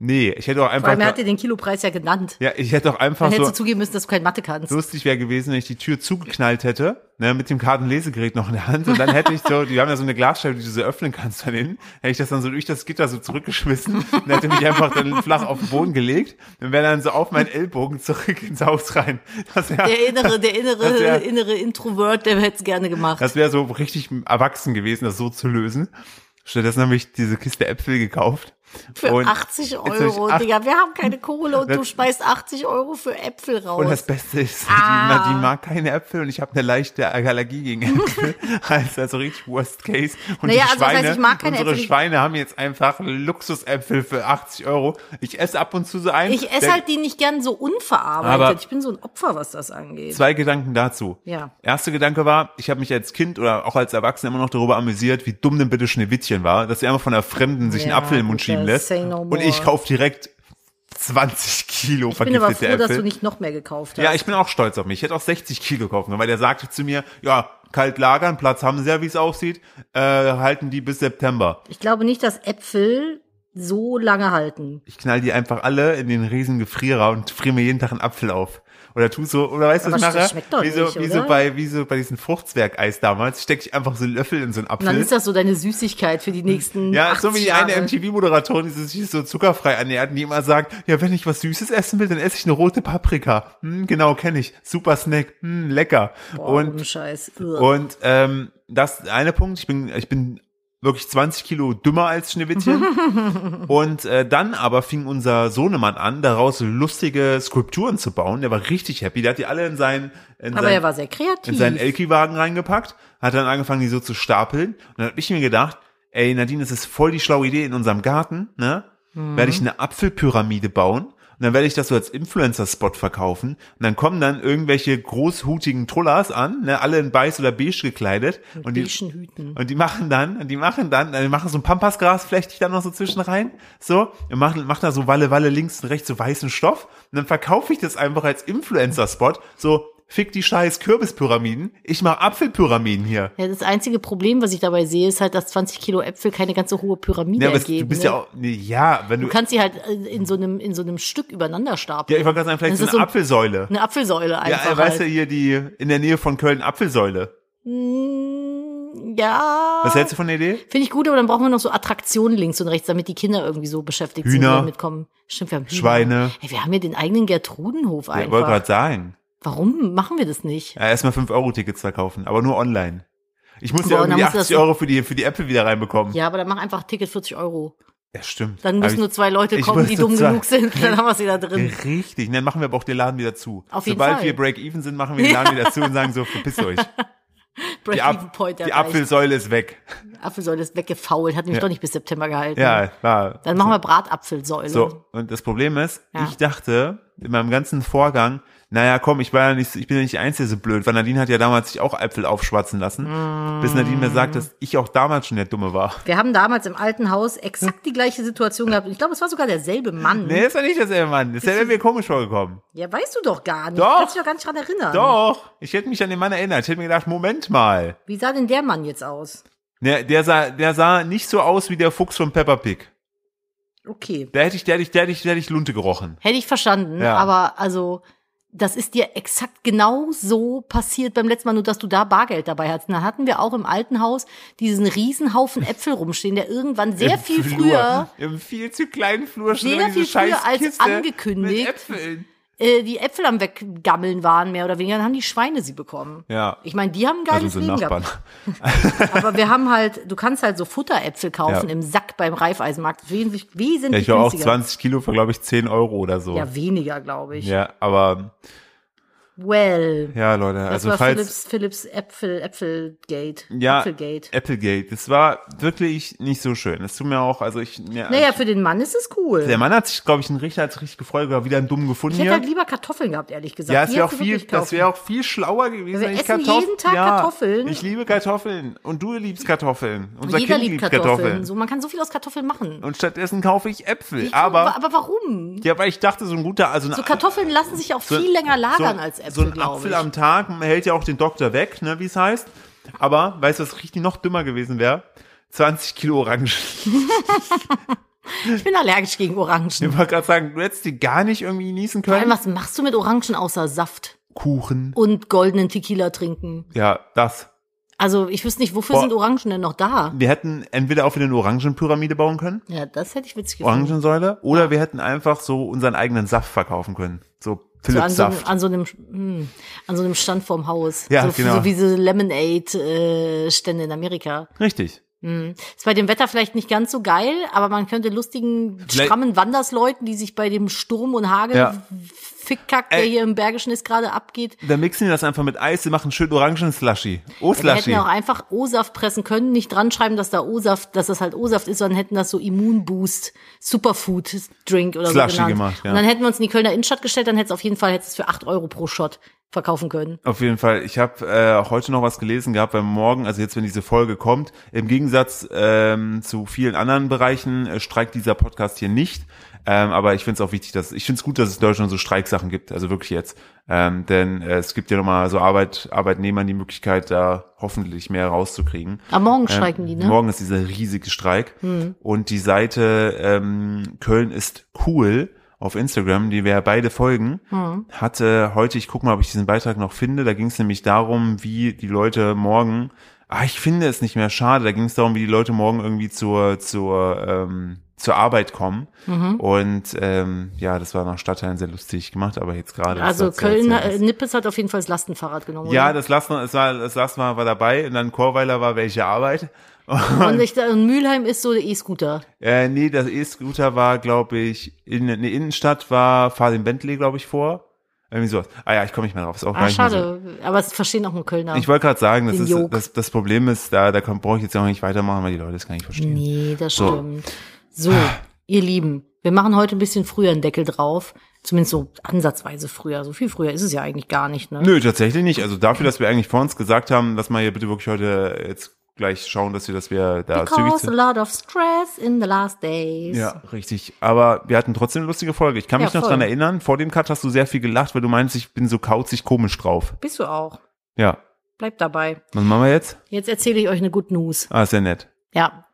Speaker 1: nee, ich hätte auch
Speaker 2: Vor
Speaker 1: einfach,
Speaker 2: allem, er hat dir den Kilopreis ja genannt.
Speaker 1: ja, ich hätte auch
Speaker 2: Dann
Speaker 1: einfach
Speaker 2: hättest
Speaker 1: so,
Speaker 2: du zugeben müssen, dass du kein Mathe kannst.
Speaker 1: lustig wäre gewesen, wenn ich die Tür zugeknallt hätte, ne, mit dem Kartenlesegerät noch in der Hand und dann hätte ich so, die haben ja so eine Glasscheibe, die du so öffnen kannst von innen, hätte ich das dann so durch das Gitter so zurückgeschmissen und hätte mich einfach dann flach auf den Boden gelegt und wäre dann so auf meinen Ellbogen zurück ins Haus rein. Das wäre
Speaker 2: Der innere, der
Speaker 1: Das
Speaker 2: innere,
Speaker 1: wär-
Speaker 2: innere Introvert, der hätte es gerne gemacht.
Speaker 1: das wär so richtig erwachsen gewesen, das so zu lösen. Stattdessen habe ich diese Kiste Äpfel gekauft.
Speaker 2: Für
Speaker 1: und
Speaker 2: 80
Speaker 1: hab ich
Speaker 2: Euro,
Speaker 1: acht-
Speaker 2: Digga. Wir haben keine Kohle und du
Speaker 1: Das-
Speaker 2: schmeißt 80 Euro für Äpfel raus.
Speaker 1: Und das Beste ist,
Speaker 2: Ah.
Speaker 1: die, die mag keine Äpfel und ich habe eine leichte Allergie gegen Äpfel. also, also richtig Worst Case. Und
Speaker 2: Naja,
Speaker 1: die
Speaker 2: also das heißt,
Speaker 1: Schweine,
Speaker 2: ich mag keine
Speaker 1: unsere
Speaker 2: Äpfel.
Speaker 1: Schweine haben jetzt einfach Luxusäpfel für 80 Euro. Ich esse ab und zu so einen.
Speaker 2: ich esse
Speaker 1: Der-
Speaker 2: halt die nicht gern so unverarbeitet.
Speaker 1: Aber-
Speaker 2: ich bin so ein Opfer, was das angeht.
Speaker 1: Zwei Gedanken dazu.
Speaker 2: Ja.
Speaker 1: Erster Gedanke war, ich habe mich als Kind oder auch als Erwachsener immer noch darüber amüsiert, wie dumm denn bitte Schneewittchen war, dass sie einfach von einer Fremden sich
Speaker 2: Ja,
Speaker 1: einen Apfel im Mund
Speaker 2: gut,
Speaker 1: schieben
Speaker 2: das
Speaker 1: lässt.
Speaker 2: say no
Speaker 1: und
Speaker 2: more.
Speaker 1: ich kaufe direkt 20 Kilo
Speaker 2: ich bin aber
Speaker 1: vergiftete
Speaker 2: froh, dass du
Speaker 1: Äpfel.
Speaker 2: nicht noch mehr gekauft hast.
Speaker 1: Ja, ich bin auch stolz auf mich. Ich hätte auch 60 Kilo kaufen können, weil der sagte zu mir, ja, kalt lagern, Platz haben sie ja, wie es aussieht, äh, halten die bis September.
Speaker 2: ich glaube nicht, dass Äpfel so lange halten.
Speaker 1: Ich knall die einfach alle in den riesen Gefrierer und friere mir jeden Tag einen Apfel auf. Oder tu so, oder weißt du, was ich
Speaker 2: Aber
Speaker 1: mache?
Speaker 2: das schmeckt doch
Speaker 1: wie so,
Speaker 2: nicht,
Speaker 1: wie so
Speaker 2: oder?
Speaker 1: bei, wie so bei diesem Fruchtzwergeis damals, stecke ich einfach so einen Löffel in so einen
Speaker 2: Und dann
Speaker 1: Apfel.
Speaker 2: ist das so deine Süßigkeit für die nächsten
Speaker 1: Hm. Ja,
Speaker 2: 80
Speaker 1: so wie die
Speaker 2: Jahre.
Speaker 1: eine MTV-Moderatorin, die sich so zuckerfrei ernährt und die immer sagt, ja, wenn ich was Süßes essen will, dann esse ich eine rote Paprika. Hm, genau, kenne ich. Super Snack. Hm, lecker.
Speaker 2: Boah,
Speaker 1: und
Speaker 2: ohne Oh, Scheiß. Ugh.
Speaker 1: Und ähm, das ist der eine Punkt. Ich bin, ich bin wirklich 20 Kilo dümmer als Schneewittchen. und äh, dann aber fing unser Sohnemann an, daraus lustige Skulpturen zu bauen. Der war richtig happy. Der hat die alle in seinen, in
Speaker 2: aber er
Speaker 1: seinen,
Speaker 2: war sehr kreativ.
Speaker 1: in seinen Elki-Wagen reingepackt, hat dann angefangen, die so zu stapeln. Und dann habe ich mir gedacht, ey, Nadine, das ist voll die schlaue Idee in unserem Garten, ne? Werde ich eine Apfelpyramide bauen. Und dann werde ich das so als Influencer-Spot verkaufen. Und dann kommen dann irgendwelche großhutigen Trullers an, ne, alle in weiß oder beige gekleidet. Und die,
Speaker 2: Beigen Hüten.
Speaker 1: und die machen dann, und die machen dann, die machen so ein Pampasgras flechte ich dann noch so zwischen rein, so, und machen, machen da so Walle, Walle links und rechts so weißen Stoff, und dann verkaufe ich das einfach als Influencer-Spot, so, fick die scheiß Kürbispyramiden, ich mach Apfelpyramiden hier.
Speaker 2: Ja, das einzige Problem, was ich dabei sehe, ist halt, dass 20 Kilo Äpfel keine ganz so hohe Pyramide
Speaker 1: Ja, aber es-
Speaker 2: ergeben.
Speaker 1: du bist
Speaker 2: ne?
Speaker 1: ja auch, nee, ja, wenn du,
Speaker 2: Du kannst sie halt äh, in so einem, in so einem Stück übereinander stapeln.
Speaker 1: ja, ich wollte gerade sagen, vielleicht
Speaker 2: Das
Speaker 1: so
Speaker 2: ist
Speaker 1: eine
Speaker 2: so ein-
Speaker 1: Apfelsäule.
Speaker 2: Eine Apfelsäule
Speaker 1: Ja,
Speaker 2: einfach.
Speaker 1: weißt
Speaker 2: halt.
Speaker 1: du, hier die, in der Nähe von Köln Apfelsäule.
Speaker 2: Mm, ja.
Speaker 1: Was hältst du von der Idee?
Speaker 2: Finde ich gut, aber dann brauchen wir noch so Attraktionen links und rechts, damit die Kinder irgendwie so beschäftigt sind
Speaker 1: Hühner.
Speaker 2: und damit kommen. Stimmt, wir haben Hühner.
Speaker 1: Schweine.
Speaker 2: Ey, wir haben ja den eigenen Gertrudenhof
Speaker 1: Ja, ich wollte
Speaker 2: einfach.
Speaker 1: gerade sagen.
Speaker 2: Warum machen wir das nicht?
Speaker 1: Ja, erstmal 5-Euro-Tickets verkaufen, aber nur online. Ich muss ja
Speaker 2: Boah, und dann
Speaker 1: irgendwie
Speaker 2: musst du das
Speaker 1: 80 Euro für die, für die Apple wieder reinbekommen.
Speaker 2: Ja, aber dann mach einfach Ticket 40 Euro.
Speaker 1: Ja, stimmt.
Speaker 2: Dann
Speaker 1: Hab
Speaker 2: müssen
Speaker 1: ich-
Speaker 2: nur zwei Leute
Speaker 1: ich
Speaker 2: kommen, die
Speaker 1: müsste
Speaker 2: dumm
Speaker 1: zwei-
Speaker 2: genug sind. Dann haben wir sie da drin.
Speaker 1: Richtig, und dann machen wir aber auch den Laden wieder zu.
Speaker 2: Auf jeden
Speaker 1: Sobald
Speaker 2: Fall.
Speaker 1: wir Break-Even sind, machen wir den Laden wieder zu und sagen so, verpisst euch. Die, Ab
Speaker 2: Break-Even-Point
Speaker 1: die
Speaker 2: erreicht.
Speaker 1: Apfelsäule ist weg.
Speaker 2: Apfelsäule ist weggefault, hat mich
Speaker 1: Ja.
Speaker 2: doch nicht bis September gehalten.
Speaker 1: Ja, war.
Speaker 2: Dann machen wir Bratapfelsäule.
Speaker 1: So, und das Problem ist,
Speaker 2: Ja.
Speaker 1: ich dachte in meinem ganzen Vorgang, naja, komm, ich war ja nicht, ich bin ja nicht der Einzige so blöd, weil Nadine hat ja damals sich auch Äpfel aufschwatzen lassen, bis Nadine mir sagt, dass ich auch damals schon der Dumme war.
Speaker 2: Wir haben damals im alten Haus exakt die gleiche Situation gehabt. Und Ich glaube, es war sogar derselbe Mann.
Speaker 1: Nee, ist ja nicht dasselbe Mann. Das wäre mir komisch vorgekommen.
Speaker 2: Ja, weißt du doch gar nicht.
Speaker 1: Doch.
Speaker 2: Kannst dich doch gar nicht dran erinnern.
Speaker 1: Doch, ich hätte mich an den Mann erinnert. Ich hätte mir gedacht, Moment mal.
Speaker 2: Wie sah denn der Mann jetzt aus?
Speaker 1: Der, der, sah, der sah nicht so aus wie der Fuchs von Peppa Pig.
Speaker 2: Okay.
Speaker 1: Da hätte ich, da hätte ich, da hätte ich, da hätte ich Lunte gerochen.
Speaker 2: Hätte ich verstanden,
Speaker 1: Ja.
Speaker 2: aber also, das ist dir exakt genau so passiert beim letzten Mal, nur dass du da Bargeld dabei hattest. Und dann hatten wir auch im alten Haus diesen riesen Haufen Äpfel rumstehen, der irgendwann sehr
Speaker 1: Im
Speaker 2: viel
Speaker 1: Flur,
Speaker 2: früher,
Speaker 1: Im viel zu kleinen Flur schon
Speaker 2: Sehr
Speaker 1: immer diese
Speaker 2: viel früher
Speaker 1: scheiß
Speaker 2: als
Speaker 1: Kiste Mit
Speaker 2: angekündigt.
Speaker 1: Äpfeln.
Speaker 2: äh, die Äpfel am Weggammeln waren, mehr oder weniger. Dann haben die Schweine sie bekommen.
Speaker 1: Ja.
Speaker 2: Ich meine, die haben ein
Speaker 1: Also
Speaker 2: geiles
Speaker 1: unsere
Speaker 2: Leben gehabt.
Speaker 1: Nachbarn.
Speaker 2: Aber wir haben halt, du kannst halt so Futteräpfel kaufen
Speaker 1: Ja.
Speaker 2: im Sack beim Reifeisenmarkt. Wesentlich, wesentlich
Speaker 1: Ja, ich war auch
Speaker 2: günstiger.
Speaker 1: 20 Kilo für, glaube ich, 10 Euro oder so. Ja,
Speaker 2: Ja, weniger, glaube ich.
Speaker 1: aber
Speaker 2: Well.
Speaker 1: ja, Leute,
Speaker 2: Das
Speaker 1: also
Speaker 2: war
Speaker 1: falls.
Speaker 2: Philips, Philips Äpfel, Äpfelgate.
Speaker 1: Ja,
Speaker 2: Äpfelgate.
Speaker 1: Applegate. Das war wirklich nicht so schön. Das tut mir auch, also ich. Ja,
Speaker 2: Naja, für den Mann ist es cool.
Speaker 1: Der Mann hat sich, glaube ich, einen richtig, hat sich richtig gefreut, sogar wieder einen dummen gefunden
Speaker 2: ich hätte
Speaker 1: hier.
Speaker 2: halt lieber Kartoffeln gehabt, ehrlich gesagt.
Speaker 1: ja, es
Speaker 2: Die
Speaker 1: wäre auch
Speaker 2: hättest du
Speaker 1: viel,
Speaker 2: wirklich
Speaker 1: das
Speaker 2: kaufen.
Speaker 1: wäre auch viel schlauer gewesen.
Speaker 2: Wir
Speaker 1: wenn ich
Speaker 2: essen
Speaker 1: Kartoff-
Speaker 2: jeden Tag
Speaker 1: ja,
Speaker 2: Kartoffeln.
Speaker 1: Ich liebe Kartoffeln und du liebst Kartoffeln. Unser
Speaker 2: Jeder
Speaker 1: Kind
Speaker 2: liebt
Speaker 1: liebt
Speaker 2: Kartoffeln.
Speaker 1: Kartoffeln.
Speaker 2: So, man kann so viel aus Kartoffeln machen.
Speaker 1: Und stattdessen kaufe ich Äpfel.
Speaker 2: Ich-
Speaker 1: aber,
Speaker 2: aber warum?
Speaker 1: ja, weil ich dachte, so ein guter, also ein,
Speaker 2: So Kartoffeln lassen sich auch viel länger lagern als Äpfel,
Speaker 1: So ein
Speaker 2: glaube
Speaker 1: Apfel
Speaker 2: ich.
Speaker 1: am Tag hält ja auch den Doktor weg, ne, wie es heißt. Aber, weißt du, was richtig noch dümmer gewesen wäre? 20 Kilo Orangen.
Speaker 2: Ich bin allergisch gegen Orangen.
Speaker 1: Ich wollte gerade sagen, du hättest die gar nicht irgendwie genießen
Speaker 2: Vor allem,
Speaker 1: können.
Speaker 2: was machst du mit Orangen außer Saft
Speaker 1: Kuchen.
Speaker 2: und goldenen Tequila trinken?
Speaker 1: Ja, das.
Speaker 2: Also ich wüsste nicht, wofür
Speaker 1: Boah.
Speaker 2: sind Orangen denn noch da?
Speaker 1: Wir hätten entweder auch wieder eine Orangenpyramide bauen können,
Speaker 2: Ja, das hätte ich witzig gefunden.
Speaker 1: Orangensäule, oder wir hätten einfach so unseren eigenen Saft verkaufen können. So
Speaker 2: So an, so, einem-
Speaker 1: Philips-Saft.
Speaker 2: an, so einem, hm, an so einem Stand vorm Haus.
Speaker 1: Ja,
Speaker 2: so,
Speaker 1: genau.
Speaker 2: so wie diese Lemonade-Stände in Amerika.
Speaker 1: Richtig.
Speaker 2: Hm. Ist bei dem Wetter vielleicht nicht ganz so geil, aber man könnte lustigen,
Speaker 1: Vielleicht-
Speaker 2: strammen Wandersleuten, die sich bei dem Sturm und Hagel
Speaker 1: Ja.
Speaker 2: Fickkack, der
Speaker 1: Ey.
Speaker 2: hier im Bergischen ist, gerade abgeht.
Speaker 1: Dann mixen die das einfach mit Eis, die machen schön Orangen-Slushy.
Speaker 2: Wir hätten
Speaker 1: O-Slushy.
Speaker 2: ja auch einfach O-Saft pressen können, nicht dran schreiben, dass da O-Saft, dass das halt O-Saft ist, sondern hätten das so Immunboost, Superfood Drink oder
Speaker 1: Slushy
Speaker 2: so genannt.
Speaker 1: gemacht, ja.
Speaker 2: Und dann hätten wir uns in die Kölner Innenstadt gestellt, dann hätte es auf jeden Fall hättest für 8 Euro pro Shot verkaufen können.
Speaker 1: Auf jeden Fall. Ich habe äh, heute noch was gelesen gehabt, weil morgen, also jetzt, wenn diese Folge kommt, im Gegensatz ähm, zu vielen anderen Bereichen äh, streikt dieser Podcast hier nicht. Ähm, aber ich finde es auch wichtig, dass ich finde es gut, dass es in Deutschland so Streiksachen gibt, also wirklich jetzt, ähm, denn äh, es gibt ja nochmal so Arbeit, Arbeitnehmern die Möglichkeit, da hoffentlich mehr rauszukriegen.
Speaker 2: Am Morgen streiken die, ne? Hm.
Speaker 1: Morgen ist dieser riesige Streik und die Seite ähm, Köln ist cool auf Instagram, die wir ja beide folgen,
Speaker 2: Hm.
Speaker 1: hatte heute, ich guck mal, ob ich diesen Beitrag noch finde, da ging es nämlich darum, wie die Leute morgen, ah, ich finde es nicht mehr schade, da ging es darum, wie die Leute morgen irgendwie zur, zur, ähm, zur Arbeit kommen.
Speaker 2: Mhm.
Speaker 1: Und ähm, ja, das war nach Stadtteilen sehr lustig gemacht, aber jetzt gerade. ist
Speaker 2: Also
Speaker 1: das ja
Speaker 2: Köln,
Speaker 1: sehr-
Speaker 2: äh, Nippes hat auf jeden Fall das Lastenfahrrad genommen.
Speaker 1: Ja,
Speaker 2: oder?
Speaker 1: das Last mal, es war, das Last mal war dabei und dann Chorweiler war welche Arbeit.
Speaker 2: und, ich, äh, und Mülheim ist so der E-Scooter.
Speaker 1: Äh, nee, das E-Scooter war, glaube ich, in der nee, Innenstadt war, fahr den Bentley, glaube ich, vor. Irgendwie sowas. Ah ja, ich komme nicht mehr drauf. Ist auch gar
Speaker 2: Ah,
Speaker 1: nicht also mehr So.
Speaker 2: schade. Aber es verstehen auch nur Kölner.
Speaker 1: Ich wollte gerade sagen, das,
Speaker 2: Den
Speaker 1: ist,
Speaker 2: Jog.
Speaker 1: das, das Problem ist, da, da kann- brauche ich jetzt auch nicht weitermachen, weil die Leute das gar nicht verstehen.
Speaker 2: Nee, das
Speaker 1: So.
Speaker 2: stimmt. So, ihr Lieben, wir machen heute ein bisschen früher einen Deckel drauf. Zumindest so ansatzweise früher. So viel früher ist es ja eigentlich gar nicht, ne?
Speaker 1: Nö, tatsächlich nicht. Also dafür, dass wir eigentlich vor uns gesagt haben, dass wir hier bitte wirklich heute jetzt gleich schauen, dass wir, dass wir da zügig
Speaker 2: Because a
Speaker 1: sind.
Speaker 2: lot of stress in the last days.
Speaker 1: Ja, richtig. Aber wir hatten trotzdem eine lustige Folge. Ich kann
Speaker 2: Ja,
Speaker 1: mich noch
Speaker 2: voll.
Speaker 1: dran erinnern, vor dem Cut hast du sehr viel gelacht, weil du meinst, ich bin so kauzig komisch drauf.
Speaker 2: Bist du auch.
Speaker 1: Ja.
Speaker 2: Bleib dabei.
Speaker 1: Was machen wir jetzt?
Speaker 2: Jetzt erzähle ich euch eine Good News.
Speaker 1: Ah, ist ja nett.
Speaker 2: Ja.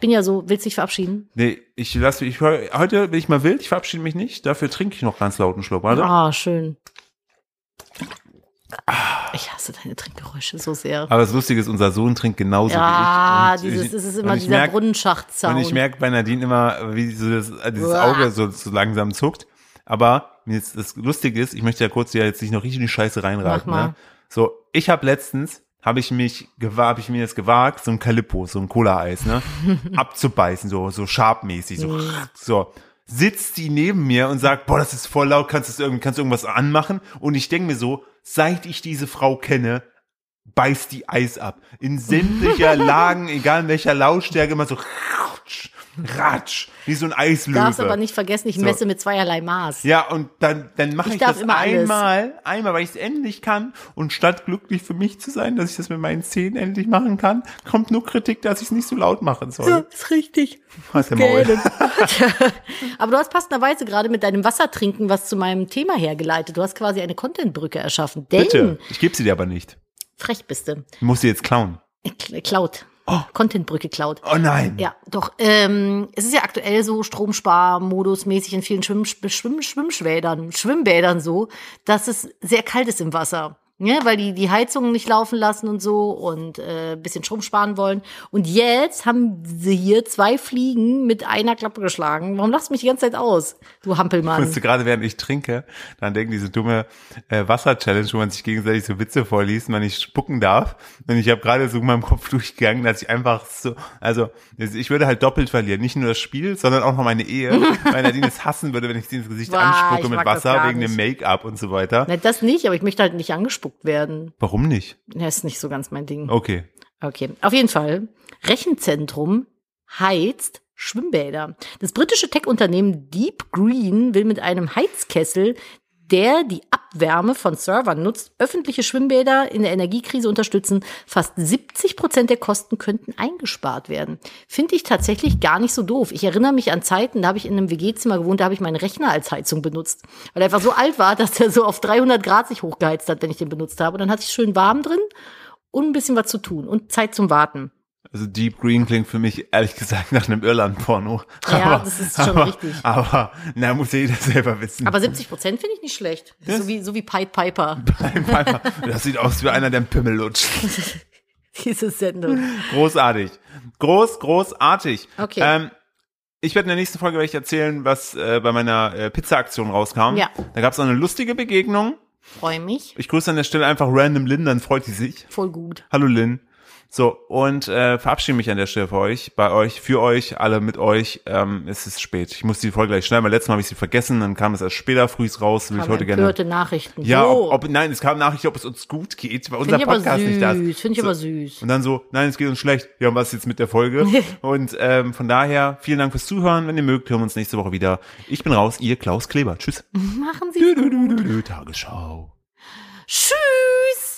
Speaker 2: Bin ja so, willst dich verabschieden?
Speaker 1: Nee, ich lasse ich heu- heute bin ich mal wild, ich verabschiede mich nicht, dafür trinke ich noch ganz laut einen Schluck, warte.
Speaker 2: Ah, schön. Ich hasse deine Trinkgeräusche so sehr.
Speaker 1: Aber das Lustige ist, unser Sohn trinkt genauso
Speaker 2: Ja,
Speaker 1: Ah, wie ich. Und
Speaker 2: dieses,
Speaker 1: ich-
Speaker 2: es ist
Speaker 1: und
Speaker 2: immer
Speaker 1: ich
Speaker 2: dieser
Speaker 1: merk-
Speaker 2: Brunnenschacht-Sound.
Speaker 1: Und ich merke bei Nadine immer, wie so das, äh, dieses
Speaker 2: Uah.
Speaker 1: Auge so, so langsam zuckt. Aber mir ist, das Lustige ist, ich möchte ja kurz hier jetzt nicht noch richtig in die Scheiße
Speaker 2: Mach
Speaker 1: reinraten.
Speaker 2: mal.
Speaker 1: Ne? So, ich habe letztens, habe ich mich gewa- habe ich mir das gewagt, so ein Kalippo, so ein Cola-Eis, ne? Abzubeißen, so, so schabmäßig, so, so. Sitzt die neben mir und sagt, boah, das ist voll laut, kannst du das irgendwie, kannst du irgendwas anmachen? Und ich denke mir so, seit ich diese Frau kenne, beißt die Eis ab. In sämtlicher Lagen, egal in welcher Lautstärke, immer so ratsch, ratsch, wie so ein Eislöwe.
Speaker 2: darfst aber nicht vergessen, ich
Speaker 1: So.
Speaker 2: messe mit zweierlei Maß.
Speaker 1: Ja, und dann, dann mache
Speaker 2: Ich
Speaker 1: ich,
Speaker 2: darf
Speaker 1: das
Speaker 2: immer alles.
Speaker 1: einmal, einmal, weil ich es endlich kann. Und statt glücklich für mich zu sein, dass ich das mit meinen Zähnen endlich machen kann, kommt nur Kritik, dass ich es nicht so laut machen soll.
Speaker 2: ist richtig.
Speaker 1: Hast du Maul.
Speaker 2: Gähnen. Aber du hast passenderweise gerade mit deinem Wassertrinken was zu meinem Thema hergeleitet. Du hast quasi eine Contentbrücke erschaffen. Denn
Speaker 1: Bitte, ich gebe sie dir aber nicht.
Speaker 2: frech bist du.
Speaker 1: Ich muss sie jetzt klauen.
Speaker 2: Kl- Cloud. Contentbrücke Cloud.
Speaker 1: Oh nein.
Speaker 2: Ja, doch. Ähm, es ist ja aktuell so Stromsparmodus mäßig in vielen Schwimm, Schwimm, Schwimmschwädern, Schwimmbädern so, dass es sehr kalt ist im Wasser. Ne, weil die die Heizungen nicht laufen lassen und so und äh, ein bisschen Strom sparen wollen. Und jetzt haben sie hier zwei Fliegen mit einer Klappe geschlagen. Warum lachst du mich die ganze Zeit aus, du Hampelmann?
Speaker 1: Weißt du, gerade während ich trinke, dann denken diese dumme äh, Wasser-Challenge, wo man sich gegenseitig so Witze vorliest, man nicht spucken darf. Und ich habe gerade so in meinem Kopf durchgegangen, dass ich einfach so, also ich würde halt doppelt verlieren. Nicht nur das Spiel, sondern auch noch meine Ehe, weil Nadine es hassen würde, wenn ich sie ins Gesicht
Speaker 2: Boah, ich
Speaker 1: anspucke mit
Speaker 2: mag das
Speaker 1: Wasser
Speaker 2: gar
Speaker 1: wegen dem Make-up und so weiter.
Speaker 2: Na, Ne, das nicht, aber ich möchte halt nicht angespuckt werden.
Speaker 1: Warum nicht?
Speaker 2: Das ist nicht so ganz mein Ding.
Speaker 1: Okay.
Speaker 2: Okay, auf jeden Fall. Rechenzentrum heizt Schwimmbäder. Das britische Tech-Unternehmen Deep Green will mit einem Heizkessel, der die Abwärme von Servern nutzt, öffentliche Schwimmbäder in der Energiekrise unterstützen. Fast 70 Prozent der Kosten könnten eingespart werden. Finde ich tatsächlich gar nicht so doof. Ich erinnere mich an Zeiten, da habe ich in einem WG-Zimmer gewohnt, da habe ich meinen Rechner als Heizung benutzt, weil er einfach so alt war, dass er so auf 300 Grad sich hochgeheizt hat, wenn ich den benutzt habe. Und dann hatte ich schön warm drin und ein bisschen was zu tun und Zeit zum Warten.
Speaker 1: Also Deep Green klingt für mich ehrlich gesagt nach einem Irland-Porno.
Speaker 2: Ja, das ist schon
Speaker 1: aber,
Speaker 2: richtig.
Speaker 1: Aber, na, muss ja jeder selber wissen.
Speaker 2: Aber 70 Prozent finde ich nicht schlecht. Das ist so wie, so wie Pied Piper,
Speaker 1: Beim Piper. das sieht aus wie einer, der einen Pimmel lutscht.
Speaker 2: diese Sendung.
Speaker 1: Großartig. Groß, großartig.
Speaker 2: Okay.
Speaker 1: Ähm, ich werde in der nächsten Folge euch erzählen, was äh, bei meiner äh, Pizza-Aktion rauskam.
Speaker 2: Ja.
Speaker 1: Da gab es eine lustige Begegnung.
Speaker 2: Freue mich.
Speaker 1: Ich grüße an der Stelle einfach random Lynn, dann freut sie sich.
Speaker 2: Voll gut.
Speaker 1: Hallo Lynn. So, und äh, verabschiede mich an der Stelle für euch, bei euch, für euch, alle mit euch. Ähm, es ist spät. Ich muss die Folge gleich schneiden, weil letztes Mal habe ich sie vergessen, dann kam es erst später früh raus, will ich
Speaker 2: Haben
Speaker 1: heute gerne.
Speaker 2: empörte Nachrichten.
Speaker 1: Ja,
Speaker 2: so.
Speaker 1: ob, ob, nein, es kam Nachricht, ob es uns gut geht, weil unser
Speaker 2: Finde Oh. ich aber
Speaker 1: Podcast nicht da
Speaker 2: süß.
Speaker 1: ist.
Speaker 2: Finde ich
Speaker 1: so,
Speaker 2: aber süß.
Speaker 1: und dann so, nein, es geht uns schlecht. Ja, und was ist jetzt mit der Folge? und ähm, von daher, vielen Dank fürs Zuhören. Wenn ihr mögt, hören wir uns nächste Woche wieder. Ich bin raus, ihr Klaus Kleber. Tschüss.
Speaker 2: Machen Sie
Speaker 1: Tagesschau.
Speaker 2: Tschüss.